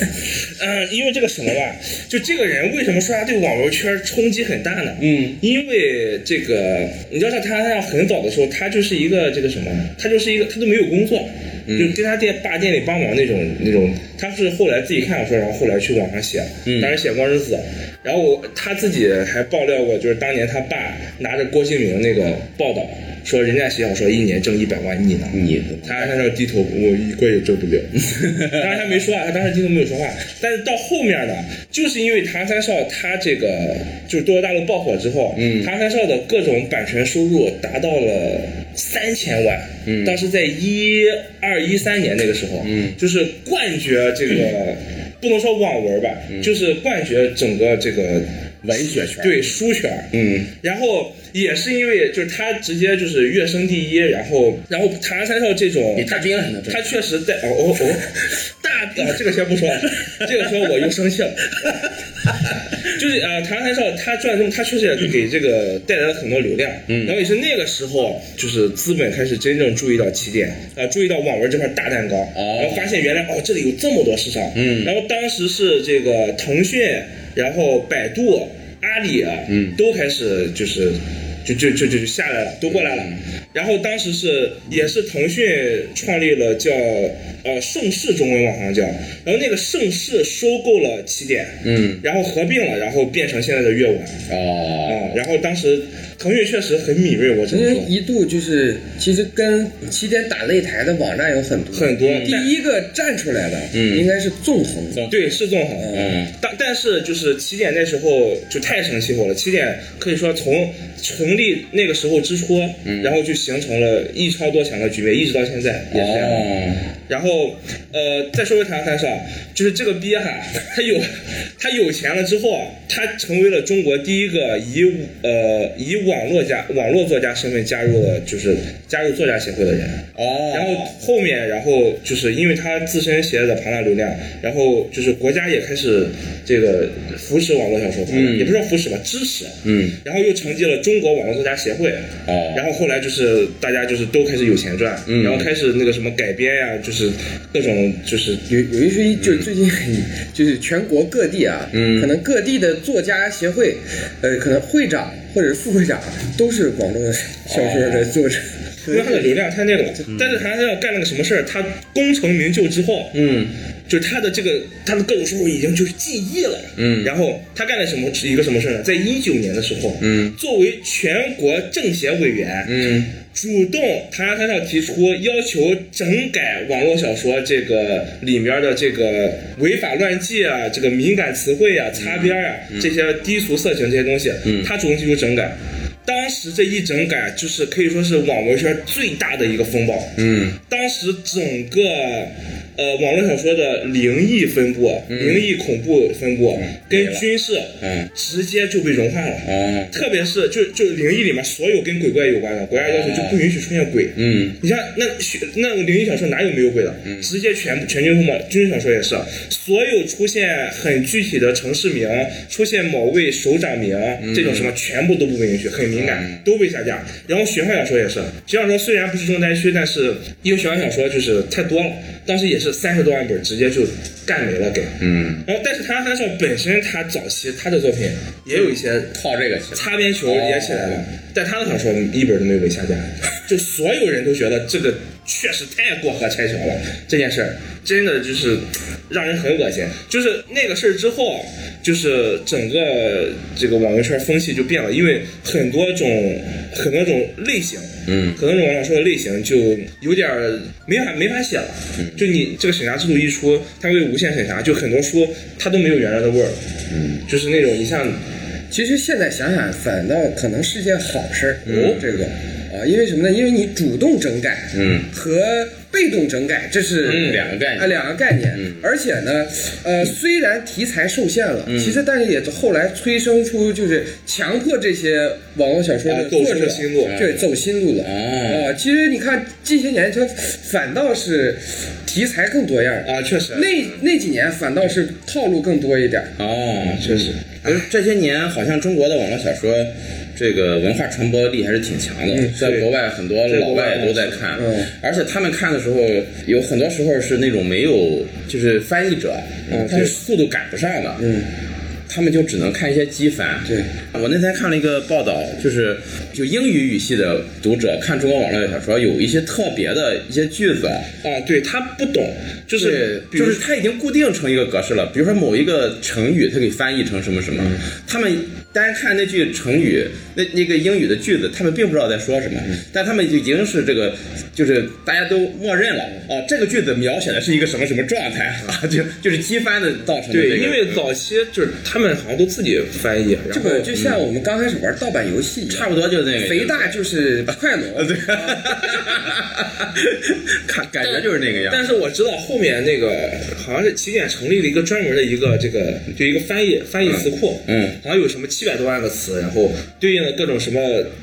Speaker 4: 嗯，因为这个什么吧，就这个人为什么说他对网络圈冲击很大呢？
Speaker 1: 嗯，
Speaker 4: 因为这个，你知道像唐三藏很早的时候，他就是一个这个什么，他就是一个他都没有工作，
Speaker 1: 嗯
Speaker 4: 就跟他店爸店里帮忙那种那种。他是后来自己看小说，然后后来去网上写，
Speaker 1: 嗯
Speaker 4: 当时写光之子，然后我他自己还爆料过，就是当年他爸拿着郭敬明那个报道。说人家写小说一年挣一百万亿呢，
Speaker 1: 你
Speaker 4: 他在那低头，我一个也 挣不了。当然他没说啊，他当时低头没有说话。但是到后面呢，就是因为唐三少他这个就是中国大陆爆火之后，
Speaker 1: 嗯
Speaker 4: 唐三少的各种版权收入达到了三千万，
Speaker 1: 嗯
Speaker 4: 当时在一二一三年那个时候，
Speaker 1: 嗯
Speaker 4: 就是冠绝这个、 不能说网文吧，
Speaker 1: 嗯
Speaker 4: 就是冠绝整个 这个
Speaker 1: 文学圈，
Speaker 4: 对书圈，
Speaker 1: 嗯，
Speaker 4: 然后也是因为就是他直接就是跃升第一，然后然后唐三少这种
Speaker 1: 比大兵还能挣
Speaker 4: 他确实在哦哦哦，大兵啊，这个先不说，这个说我又生气了。 就是啊，唐三少他赚这么，他确实也给这个带来了很多流量，嗯然后也是那个时候，就是资本开始真正注意到起点，啊，注意到网文这块大蛋糕，
Speaker 1: 哦
Speaker 4: 然后发现原来哦这里有这么多市场，
Speaker 1: 嗯
Speaker 4: 然后当时是这个腾讯，然后百度、阿里啊，
Speaker 1: 嗯
Speaker 4: 都开始就是。就就就就就下来了，都过来了。
Speaker 1: 嗯
Speaker 4: 然后当时是也是腾讯创立了叫呃盛世中文网好像叫，然后那个盛世收购了起点，
Speaker 1: 嗯，
Speaker 4: 然后合并了，然后变成现在的阅文啊、
Speaker 1: 哦，
Speaker 4: 然后当时腾讯确实很敏锐，我只
Speaker 3: 因
Speaker 4: 能
Speaker 1: 嗯
Speaker 3: 为
Speaker 4: 说
Speaker 3: 一度就是，其实跟起点打擂台的网站有很多
Speaker 4: 很多
Speaker 3: 第
Speaker 4: 但
Speaker 3: 一个站出来的，
Speaker 1: 嗯
Speaker 3: 应该是纵横。
Speaker 4: 对是纵横。
Speaker 1: 嗯，
Speaker 4: 但但是就是起点那时候就太成气候了，起点可以说从成立那个时候之初，然后就形成了一超多强的局面，一直到现在
Speaker 1: 哦
Speaker 4: 也是这样。然后，呃，再说回唐三少，就是这个鳖哈， 他有他有钱了之后啊，他成为了中国第一个以呃以网络家网络作家身份加入了就是加入作家协会的人。
Speaker 1: 哦，
Speaker 4: 然后后面，然后就是因为他自身携带的庞大流量，然后就是国家也开始这个扶持网络小说发展，也不是说扶持吧，支持。嗯。然后又成立了中国网络作家协会。
Speaker 1: 哦
Speaker 4: 然后后来就是大家就是都开始有钱赚，然后开始那个什么改编呀、就是各种就是
Speaker 3: 有有一说一，就最近很就是全国各地啊，可能各地的作家协会，呃，可能会长或者副会长都是广东的小说的作者。
Speaker 4: 因为他的流量太那个了。但是他要干了个什么事儿，他功成名就之后，嗯，就是他的这个他的各种收入已经就是记忆了，嗯。然后他干了什么一个什么事儿呢？在一九年的时候，嗯，作为全国政协委员，嗯。主动，唐山三少提出要求整改网络小说这个里面的这个违法乱纪啊，这个敏感词汇啊、擦边啊、这些低俗色情这些东西，他主动提出整改。当时这一整改就是可以说是网文圈最大的一个风暴。嗯，当时整个呃网络小说的灵异分布、啊灵异恐怖分布、啊跟军事，嗯，直接就被融化了。
Speaker 1: 哦，
Speaker 4: 特别是就就灵异里面所有跟鬼怪有关的，国家要求就不允许出现鬼。嗯，你像那学那灵异小说哪有没有鬼的？直接全部全军覆没。军事小说也是，所有出现很具体的城市名，出现某位首长名、这种什么，全部都不被允许，很敏感，都被下架。然后玄幻小说也是，玄幻小说虽然不是重灾区，但是因为玄幻小说就是太多了，当时也是三十多万本，直接就干没了给。嗯，然后但是唐三少本身他早期他的作品也有一些
Speaker 1: 靠这个起来
Speaker 4: 擦边球也起来了，但他的小说一本都没有被下架，就所有人都觉得这个确实太过河拆桥了，这件事儿真的就是让人很恶心。就是那个事儿之后，啊就是整个这个网游圈风气就变了，因为很多种很多种类型，嗯，很多种网络说的类型就有点儿没法没法写了。就你这个审查制度一出，它会无限审查，就很多书它都没有原来的味儿，嗯，就是那种你像。
Speaker 3: 其实现在想想，反倒可能是件好事儿。哦，这个啊，因为什么呢？因为你主动整改，嗯，和被动整改，这是
Speaker 1: 两个概念
Speaker 3: 啊，两个概念。而且呢，呃，虽然题材受限了，其实但是也后来催生出就是强迫这些网络小说
Speaker 4: 啊
Speaker 3: 的
Speaker 4: 走
Speaker 3: 作
Speaker 4: 出
Speaker 3: 者
Speaker 4: 新路
Speaker 3: 对，走新路了。
Speaker 1: 哦
Speaker 3: 啊，其实你看这些年，它反倒是题材更多样。
Speaker 4: 啊，确实，
Speaker 3: 那那几年反倒是套路更多一点儿，
Speaker 1: 哦，
Speaker 4: 确实，
Speaker 1: 就是这些年好像中国的网络小说这个文化传播力还是挺强的，嗯在国外很嗯多老外都在看，而且他们看的时候有很多时候是那种没有就是翻译者，他是速度赶不上的，嗯。他们就只能看一些机翻。对，我那天看了一个报道，就是就英语语系的读者看中国网络小说，有一些特别的一些句子，
Speaker 4: 啊，对他不懂，就是比
Speaker 1: 对，就
Speaker 4: 如
Speaker 1: 是它已经固定成一个格式了。比如说某一个成语，它给翻译成什么什么，
Speaker 4: 嗯
Speaker 1: 他们单看那句成语，那那个英语的句子，他们并不知道在说什么，
Speaker 4: 嗯
Speaker 1: 但他们已经是这个，就是大家都默认了哦，这个句子描写的是一个什么什么状态 啊，就就是机翻的造成的、这个。
Speaker 4: 对，因为早期就是他们好像都自己翻译，然
Speaker 3: 这
Speaker 4: 后
Speaker 3: 个就像我们刚开始玩盗版游戏一
Speaker 1: 嗯
Speaker 3: 样，
Speaker 1: 差不多就是那个
Speaker 3: 肥大就是快挪，
Speaker 1: 对， 看感觉就是那个样子。
Speaker 4: 但是我知道后面那个好像是起点成立了一个专门的一个这个就一个翻译翻译词库，
Speaker 1: 嗯
Speaker 4: 好像有什么七百多万个词，然后对应的各种什么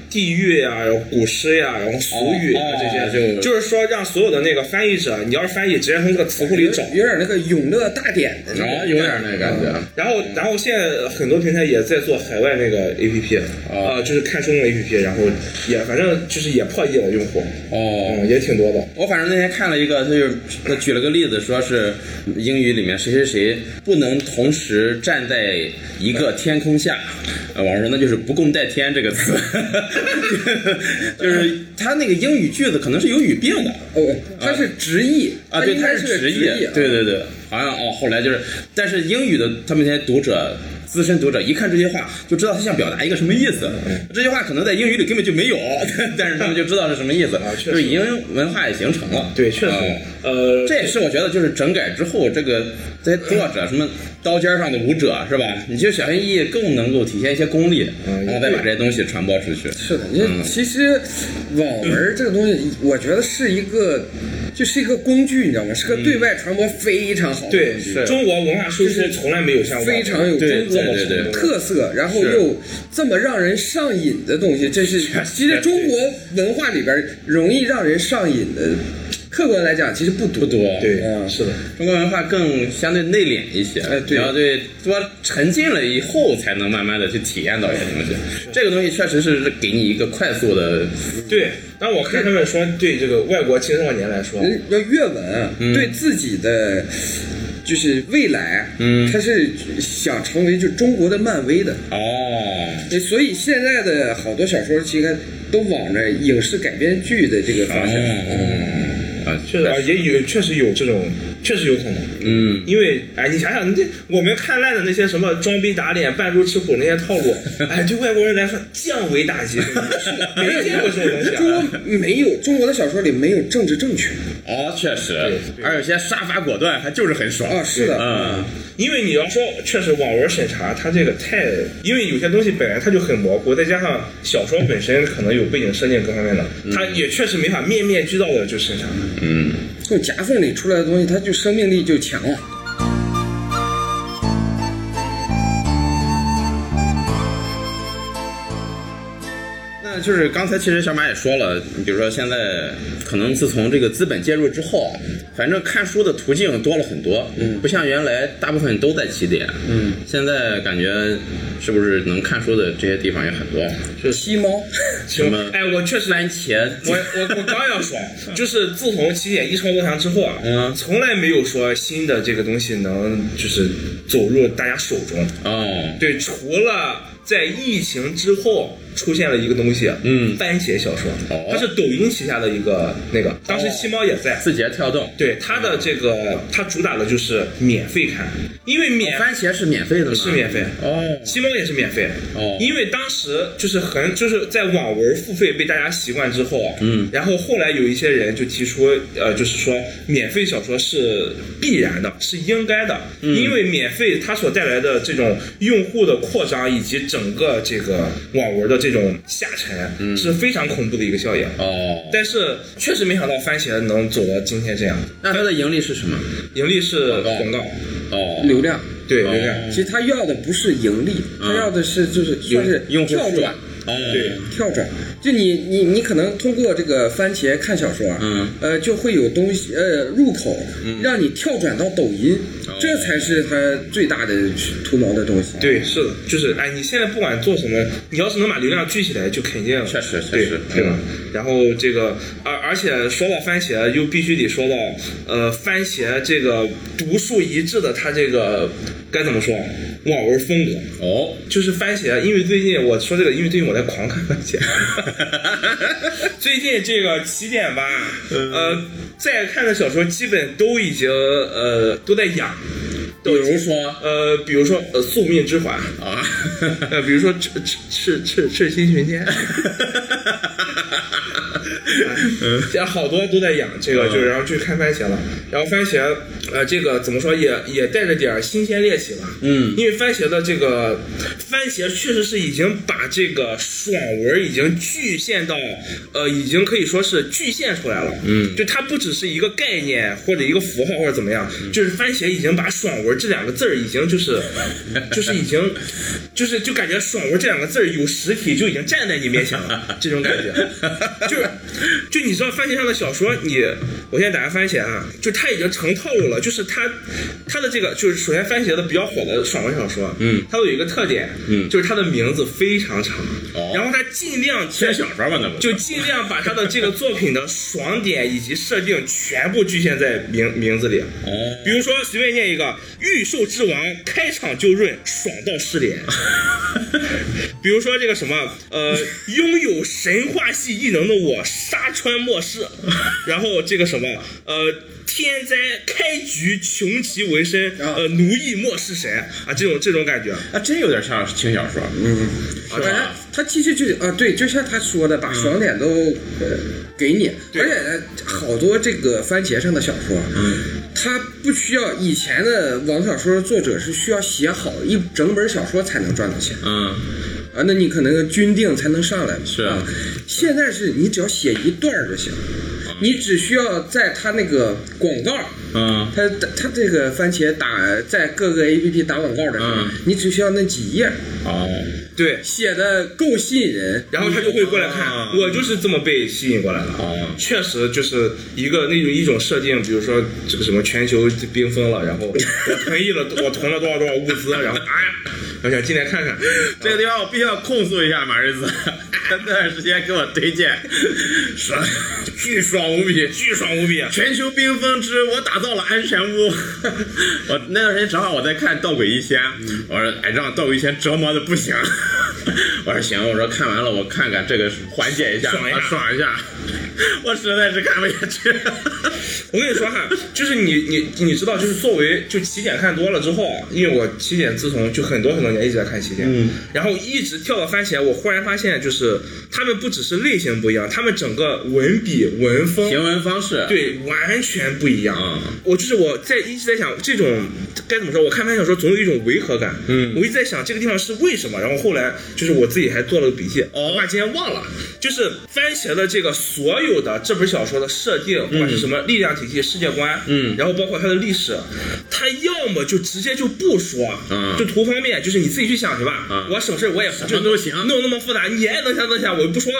Speaker 4: 地域呀、然后古诗呀、然后俗语啊、
Speaker 1: 哦
Speaker 4: 这些，
Speaker 1: 就
Speaker 4: 就是说让所有的那个翻译者，你要是翻译，直接从这个词库里找。
Speaker 3: 有点那个永乐大典的那
Speaker 1: 然后
Speaker 3: 种。
Speaker 1: 啊哦有点那个感觉，
Speaker 4: 然后，然后现在很多平台也在做海外那个 A P P，啊、就是看书那个 A P P，然后也反正就是也破亿了用户，
Speaker 1: 哦
Speaker 4: 嗯，也挺多的。
Speaker 1: 我反正那天看了一个，他就是他举了个例子，说是英语里面谁谁谁不能同时站在一个天空下，呃，网上说那就是不共戴天这个词， 就是他那个英语句子可能是有语病的
Speaker 3: 哦，它是直译
Speaker 1: 啊，对，
Speaker 3: 应
Speaker 1: 他
Speaker 3: 该
Speaker 1: 是
Speaker 3: 是
Speaker 1: 直
Speaker 3: 译啊
Speaker 1: 译，，对对对，好像哦，后来就是，但是英语的他们那些读者资深读者一看这些话就知道他想表达一个什么意思。这句话可能在英语里根本就没有， 但是他们就知道是什么意思，
Speaker 4: 确实
Speaker 1: 就是已经文化也形成了。
Speaker 4: 对，确实
Speaker 1: 嗯，
Speaker 4: 呃，
Speaker 1: 这也是我觉得就是整改之后，这个这些作者什么刀尖上的舞者是吧？你就小心翼翼更能够体现一些功力，然后再把这些东西传播出去。
Speaker 3: 嗯是的，因
Speaker 1: 嗯
Speaker 3: 为其实网文儿这个东西，我觉得是一个，就是一个工具，你知道吗？是
Speaker 1: 嗯
Speaker 3: 个对外传播非常好的
Speaker 4: 对
Speaker 3: 工具，
Speaker 4: 中国文化输出从来没有像
Speaker 3: 非常有
Speaker 1: 对
Speaker 3: 中国
Speaker 1: 对对对
Speaker 3: 特色，然后又这么让人上瘾的东西，这是其实中国文化里边儿容易让人上瘾的，客观来讲其实不多。
Speaker 1: 不多，
Speaker 4: 对
Speaker 3: 嗯，
Speaker 4: 是的，
Speaker 1: 中国文化更相对内敛一些，
Speaker 3: 哎对
Speaker 1: 你要对多沉浸了以后，才能慢慢的去体验到一些东西。这个东西确实是给你一个快速的，
Speaker 3: 嗯
Speaker 4: 对。但我看他们说，对这个外国青少年来说，
Speaker 3: 要阅文，啊对自己的就是未来，他是想成为就中国的漫威的，哎
Speaker 1: 哦，
Speaker 3: 所以现在的好多小说其实都往着影视改编剧的这个方向。
Speaker 1: 啊嗯，啊，
Speaker 4: 确实啊，也有确实有这种，确实有可能。嗯，因为哎，你想想，你这我们看烂的那些什么装逼打脸、扮猪吃虎那些套路，哎，对外国人来说降维 打击，没见过这种东西、
Speaker 3: 中
Speaker 4: 啊。
Speaker 3: 国没有中国的小说里没有政治正确
Speaker 1: 哦，确实，而有些杀伐果断，还就是很爽。
Speaker 3: 啊，是的，
Speaker 1: 嗯，
Speaker 4: 因为你要说，确实网文审查它这个太，因为有些东西本来它就很模糊，再加上小说本身可能有背景设定各方面的，
Speaker 1: 嗯
Speaker 4: 它也确实没法面面俱到的就审查。
Speaker 3: 从夹缝里出来的东西，它就生命力就强了。
Speaker 1: 那就是刚才其实小马也说了，你比如说现在可能自从这个资本介入之后啊，反正看书的途径多了很多，嗯，不像原来大部分都在起点，嗯，现在感觉是不是能看书的这些地方也很多？
Speaker 3: 七猫，
Speaker 1: 什么？
Speaker 4: 哎，我确实
Speaker 1: 番茄，
Speaker 4: 我我我刚要说，就是自从起点一超多强之后啊，
Speaker 1: 嗯
Speaker 4: 从来没有说新的这个东西能就是走入大家手中。
Speaker 1: 哦，
Speaker 4: 对，除了在疫情之后出现了一个东西，啊
Speaker 1: 嗯
Speaker 4: 番茄小说，
Speaker 1: 哦
Speaker 4: 它是抖音旗下的一个那个，当时七猫也在。
Speaker 1: 字节跳动，
Speaker 4: 对它的这个，它主打的就是免费看，因为免
Speaker 1: 番茄是免费的吗？
Speaker 4: 是免费
Speaker 1: 哦，
Speaker 4: 七猫也是免费，
Speaker 1: 哦
Speaker 4: 因为当时就是很就是在网文付费被大家习惯之后，嗯，然后后来有一些人就提出，呃，就是说免费小说是必然的，是应该的，
Speaker 1: 嗯
Speaker 4: 因为免费它所带来的这种用户的扩张以及整个这个网文的这种下沉、是非常恐怖的一个效应。
Speaker 1: 嗯哦，
Speaker 4: 但是确实没想到番茄能走到今天这样，
Speaker 1: 那它的盈利是什么？
Speaker 4: 盈利是
Speaker 1: 广告
Speaker 4: 广告，
Speaker 1: 哦，
Speaker 3: 流量。
Speaker 4: 对流
Speaker 1: 嗯
Speaker 4: 量，
Speaker 3: 其实他要的不是盈利，他要的是就是算是
Speaker 1: 用户
Speaker 3: 跳
Speaker 1: 数
Speaker 3: 转
Speaker 1: 量，。哦，
Speaker 4: 对，
Speaker 3: 跳转，就你你你可能通过这个番茄看小说，
Speaker 1: 嗯，
Speaker 3: 呃，就会有东西呃入口，让你跳转到抖音，
Speaker 1: 哦
Speaker 3: 这才是它最大的图谋的东西。
Speaker 4: 对，是的，就是哎，你现在不管做什么，你要是能把流量聚起来，就肯定
Speaker 1: 确实确
Speaker 4: 对
Speaker 1: 实嗯
Speaker 4: 对吧？然后这个，而而且说到番茄，又必须得说到呃，番茄这个独树一帜的，它这个该怎么说？网文风格
Speaker 1: 哦，
Speaker 4: 就是番茄，因为最近我说这个，因为最近我在狂看番茄。最近这个起点吧，呃，在看的小说基本都已经呃都在养，
Speaker 1: 比如说
Speaker 4: 呃，比如说呃，宿命之环。
Speaker 1: 啊，
Speaker 4: 呃， 比如说赤赤赤赤赤心寻 天， 现在好多都在养这个，就然后去看番茄了。然后番茄，呃，这个怎么说也也带着点儿新鲜猎奇吧。嗯，因为番茄的这个番茄确实是已经把这个爽文已经局限到，呃，已经可以说是局限出来了。嗯，就它不只是一个概念或者一个符号或者怎么样，就是番茄已经把爽文这两个字儿已经就是，就是已经，就是就感觉爽文这两个字儿有实体就已经站在你面前了，这种感觉。就是，就你知道番茄上的小说，你我现在打开番茄啊，就它已经成套路了，就是它它的这个就是首先番茄的比较火的爽文小说，嗯，它都有一个特点，嗯，就是它的名字非常长，
Speaker 1: 哦
Speaker 4: 然后它尽量
Speaker 1: 写小说嘛，那不
Speaker 4: 就尽量把他的这个作品的爽点以及设定全部局限在名名字里。啊
Speaker 1: 哦，
Speaker 4: 比如说，随便念一个“御兽之王”，开场就润，爽到失联。比如说这个什么，呃，拥有神话系技异能的我杀穿末世，然后这个什么呃天灾开局穷其为生，呃奴役末世神啊这种这种感觉，
Speaker 1: 那真有点像轻小说，
Speaker 3: 反正啊他其实就是啊，对，就像他说的，把爽点都呃给你，而且呢，好多这个番茄上的小说，嗯，他不需要以前的网小说作者是需要写好一整本小说才能赚到钱，
Speaker 1: 嗯，
Speaker 3: 啊，那你可能军定才能上来嘛，
Speaker 1: 是
Speaker 3: 啊，现在是你只要写一段儿就行，你只需要在他那个广告。
Speaker 1: 嗯，
Speaker 3: 他他这个番茄打在各个 A P P 打广告的时候，
Speaker 1: 嗯
Speaker 3: 你只需要那几页
Speaker 1: 哦，
Speaker 4: 对，
Speaker 3: 写的够吸引人，
Speaker 4: 然后他就会过来看，我就是这么被吸引过来的。
Speaker 1: 哦
Speaker 4: 确实就是一个那种一种设定，比如说这个什么全球冰封了，然后我同意了，我囤了多少多少物资，然后哎呀，我想进来看看。
Speaker 1: 这个地方我必须要控诉一下马日子， 他那段时间给我推荐，爽，巨爽无比，
Speaker 4: 巨爽无比，啊
Speaker 1: 全球冰封之我打造了安全屋。 我那段时间正好我在看《盗鬼一仙》我说哎，让《盗鬼一仙》折磨的不行。 我说行，我说看完了我看看这个缓解一下，
Speaker 4: 爽一下
Speaker 1: 啊爽一下。 我实在是看不下 去。
Speaker 4: 我跟你说哈，就是你 你你知道，就是作为就起点看多了之后啊，因为我起点自从就很多很多年一直在看起点，嗯，然后一直跳到番茄，我忽然发现就是他们不只是类型不一样，他们整个文笔文风
Speaker 1: 行文方式，嗯
Speaker 4: 对，完全不一样。啊我就是我在一直在想，这种该怎么说？我看番小说总有一种违和感。嗯，我一直在想这个地方是为什么。然后后来就是我自己还做了个笔记，哦，我今天忘了。就是番茄的这个所有的这本小说的设定，不
Speaker 1: 嗯
Speaker 4: 管是什么力量体系、世界观，嗯，然后包括它的历史，它要么就直接就不说，
Speaker 1: 嗯
Speaker 4: 就图方便，就是你自己去想去吧。
Speaker 1: 嗯
Speaker 4: 我省事儿我也什
Speaker 1: 什么都行
Speaker 4: 弄那么复杂，你也能想能想，我就不说了。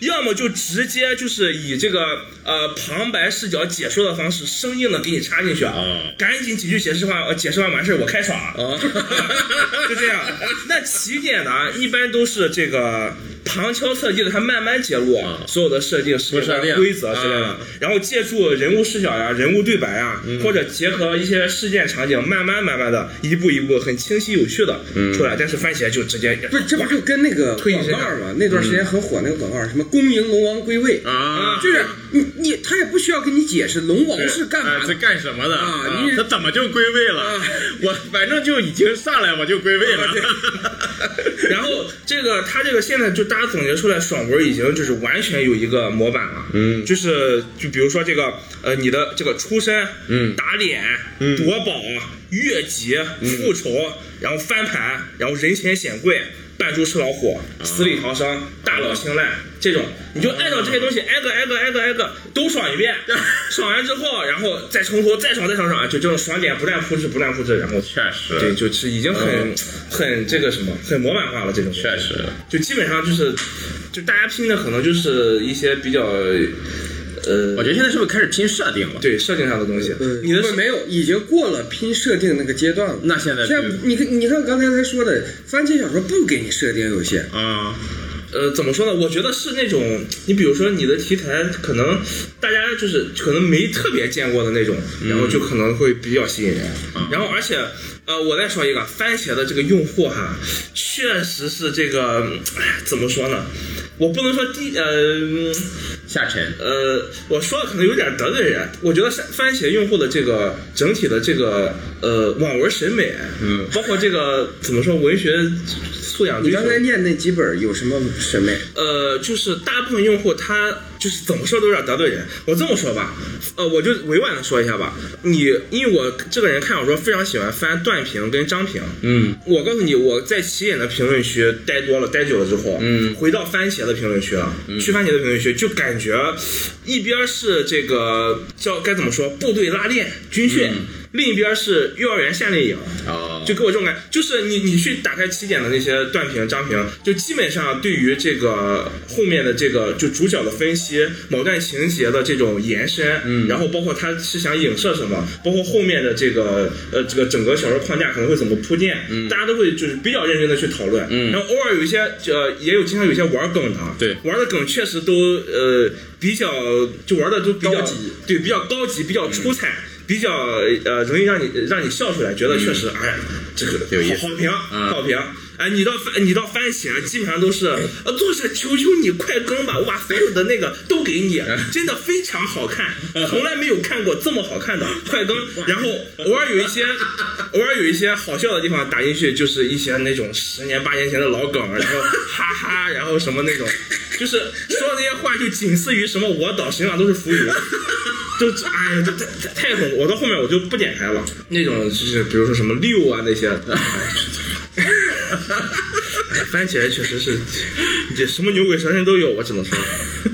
Speaker 4: 要么就直接就是以这个呃旁白视角解说的方式，生硬的给你插进去啊，
Speaker 1: 嗯
Speaker 4: 赶紧几句解释话，呃解释完完事儿我开爽啊，
Speaker 3: 哦
Speaker 4: 就这样。那起点呢，一般都是这个。旁敲侧击的，他慢慢揭露
Speaker 3: 哦
Speaker 1: 嗯
Speaker 4: 所有的设定、世界
Speaker 1: 设定
Speaker 4: 观、规则之类的
Speaker 1: 嗯，
Speaker 4: 然后借助人物视角呀、人物对白啊，
Speaker 3: 嗯
Speaker 4: 或者结合一些事件场景，慢慢慢慢的一步一步很清晰有序的出来。但是番茄就直接
Speaker 3: 嗯不是，这不就跟那个
Speaker 4: 推你
Speaker 3: 广
Speaker 4: 身
Speaker 3: 告
Speaker 4: 上
Speaker 3: 嘛？那段时间很火那个广告，什么“恭迎龙王归位”，
Speaker 1: 啊，
Speaker 3: 就是你你他也不需要跟你解释龙王是 干嘛
Speaker 1: 呃，是
Speaker 4: 哎
Speaker 3: 的。
Speaker 1: 干什么的？
Speaker 3: 啊
Speaker 1: 啊
Speaker 3: 你
Speaker 1: 他怎么就归位了？
Speaker 3: 啊
Speaker 1: 我反正就已经上来我就归位
Speaker 4: 啊
Speaker 1: 了。
Speaker 4: 然后这个他这个现在就大家总结出来，爽文已经就是完全有一个模板了。嗯，就是就比如说这个呃，你的这个出身，嗯，打脸，嗯，夺宝，越级，复仇，然后翻盘，然后人前显贵。扮猪吃老虎，死里逃生，大佬青睐这种，你就按照这些东西挨个挨个挨个挨个都爽 一遍，爽完之后，然后再从头再爽再爽爽，就这种爽点不断复制不断复制，然后
Speaker 1: 确实
Speaker 4: 对，就是已经很、很这个什么，很模板化了这种。
Speaker 1: 嗯确实，
Speaker 4: 就基本上就是，就大家拼的可能就是一些比较，呃
Speaker 1: 我，觉得现在是不是开始拼设定了？
Speaker 4: 对设定上的东西。你的
Speaker 3: 不嗯没有，已经过了拼设定那个阶段了。
Speaker 1: 那现在
Speaker 3: 现在
Speaker 1: 是
Speaker 3: 你看，你看刚才他说的，番茄小说不给你设定有些，
Speaker 1: 啊，
Speaker 4: 呃怎么说呢？我觉得是那种，你比如说你的题材可能大家就是可能没特别见过的那种，然
Speaker 1: 嗯
Speaker 4: 后就可能会比较吸引人。
Speaker 1: 啊
Speaker 4: 然后而且呃，我再说一个番茄的这个用户哈，确实是这个，哎怎么说呢？我不能说低呃。嗯
Speaker 1: 下沉。
Speaker 4: 呃，我说的可能有点得罪人，我觉得番茄用户的这个整体的这个呃网文审美，嗯，包括这个怎么说文学素养
Speaker 3: 你
Speaker 4: 追求
Speaker 3: 刚，才念那几本有什么审美？
Speaker 4: 呃，就是大部分用户他就是怎么说都有点得罪人。我这么说吧，呃，我就委婉的说一下吧，你因为我这个人看小说非常喜欢翻段评跟章评，嗯，我告诉你，我在起点的评论区待多了，待久了之后，嗯，回到番茄的评论区了，去番茄的评论区就感觉一边是这个叫该怎么说部队拉练军训，另一边是幼儿园夏令营。
Speaker 1: 哦，
Speaker 4: 就给我这种感，就是你你去打开起点的那些段评、章评，就基本上对于这个后面的这个就主角的分析、某段情节的这种延伸，嗯，然后包括他是想影射什么，包括后面的这个呃这个整个小说框架可能会怎么铺垫，嗯，大家都会就是比较认真的去讨论，嗯，然后偶尔有一些呃也有经常有一些玩梗的，
Speaker 1: 对
Speaker 4: 玩的梗确实都呃比较就玩的都比较
Speaker 3: 高级嗯
Speaker 4: 对，比较高级，比较出彩，比较
Speaker 3: 嗯
Speaker 4: 呃容易让你让你笑出来，觉得确实，哎呀，这个
Speaker 1: 有意思
Speaker 4: 好好评，好评。哎，你到番你到番茄基本上都是，呃，作者求求你快更吧，我把所有的那个都给你，真的非常好看，从来没有看过这么好看的快更。然后偶尔有一些，偶尔有一些好笑的地方打进去，就是一些那种十年八年前的老梗，然后哈哈，然后什么那种，就是说那些话就仅次于什么我导身上都是浮云。就哎呀，这太太太恐怖！我到后面我就不点开了，那种就是比如说什么六啊那 些，哎番茄确实是，这什么牛鬼蛇神都有，我只能 说，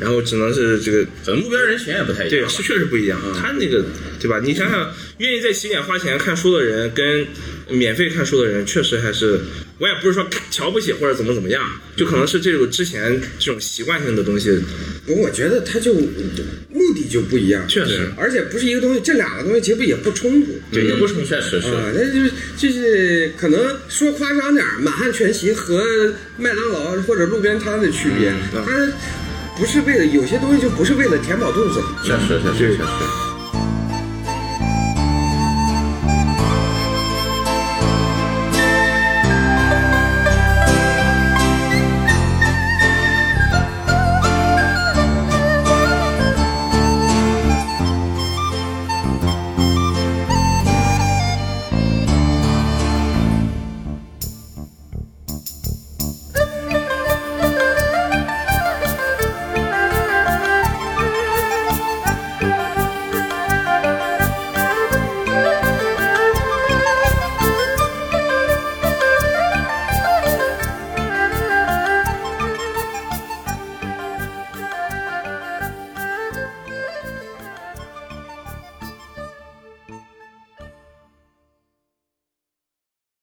Speaker 4: 然后只能是这个
Speaker 1: 可能目标人群也不太一
Speaker 4: 对，
Speaker 1: 样吧。
Speaker 4: 是确实不一样。他那个对吧？你想想，愿意在起点花钱看书的人，跟免费看书的人，确实还是我也不是说瞧不起或者怎么怎么样，就可能是这种之前这种习惯性的东西。
Speaker 3: 不，我觉得它就目的就不一样，
Speaker 4: 确实
Speaker 3: 而且不是一个东西，这两个东西其实也不冲突，
Speaker 1: 对，也不冲，确实是。
Speaker 3: 啊，那就是就是可能说夸张点儿，满汉全席和麦当劳或者路边摊的区
Speaker 1: 嗯
Speaker 3: 别，它不是为了有些东西就不是为了填饱肚子，
Speaker 1: 确实，确实，确实。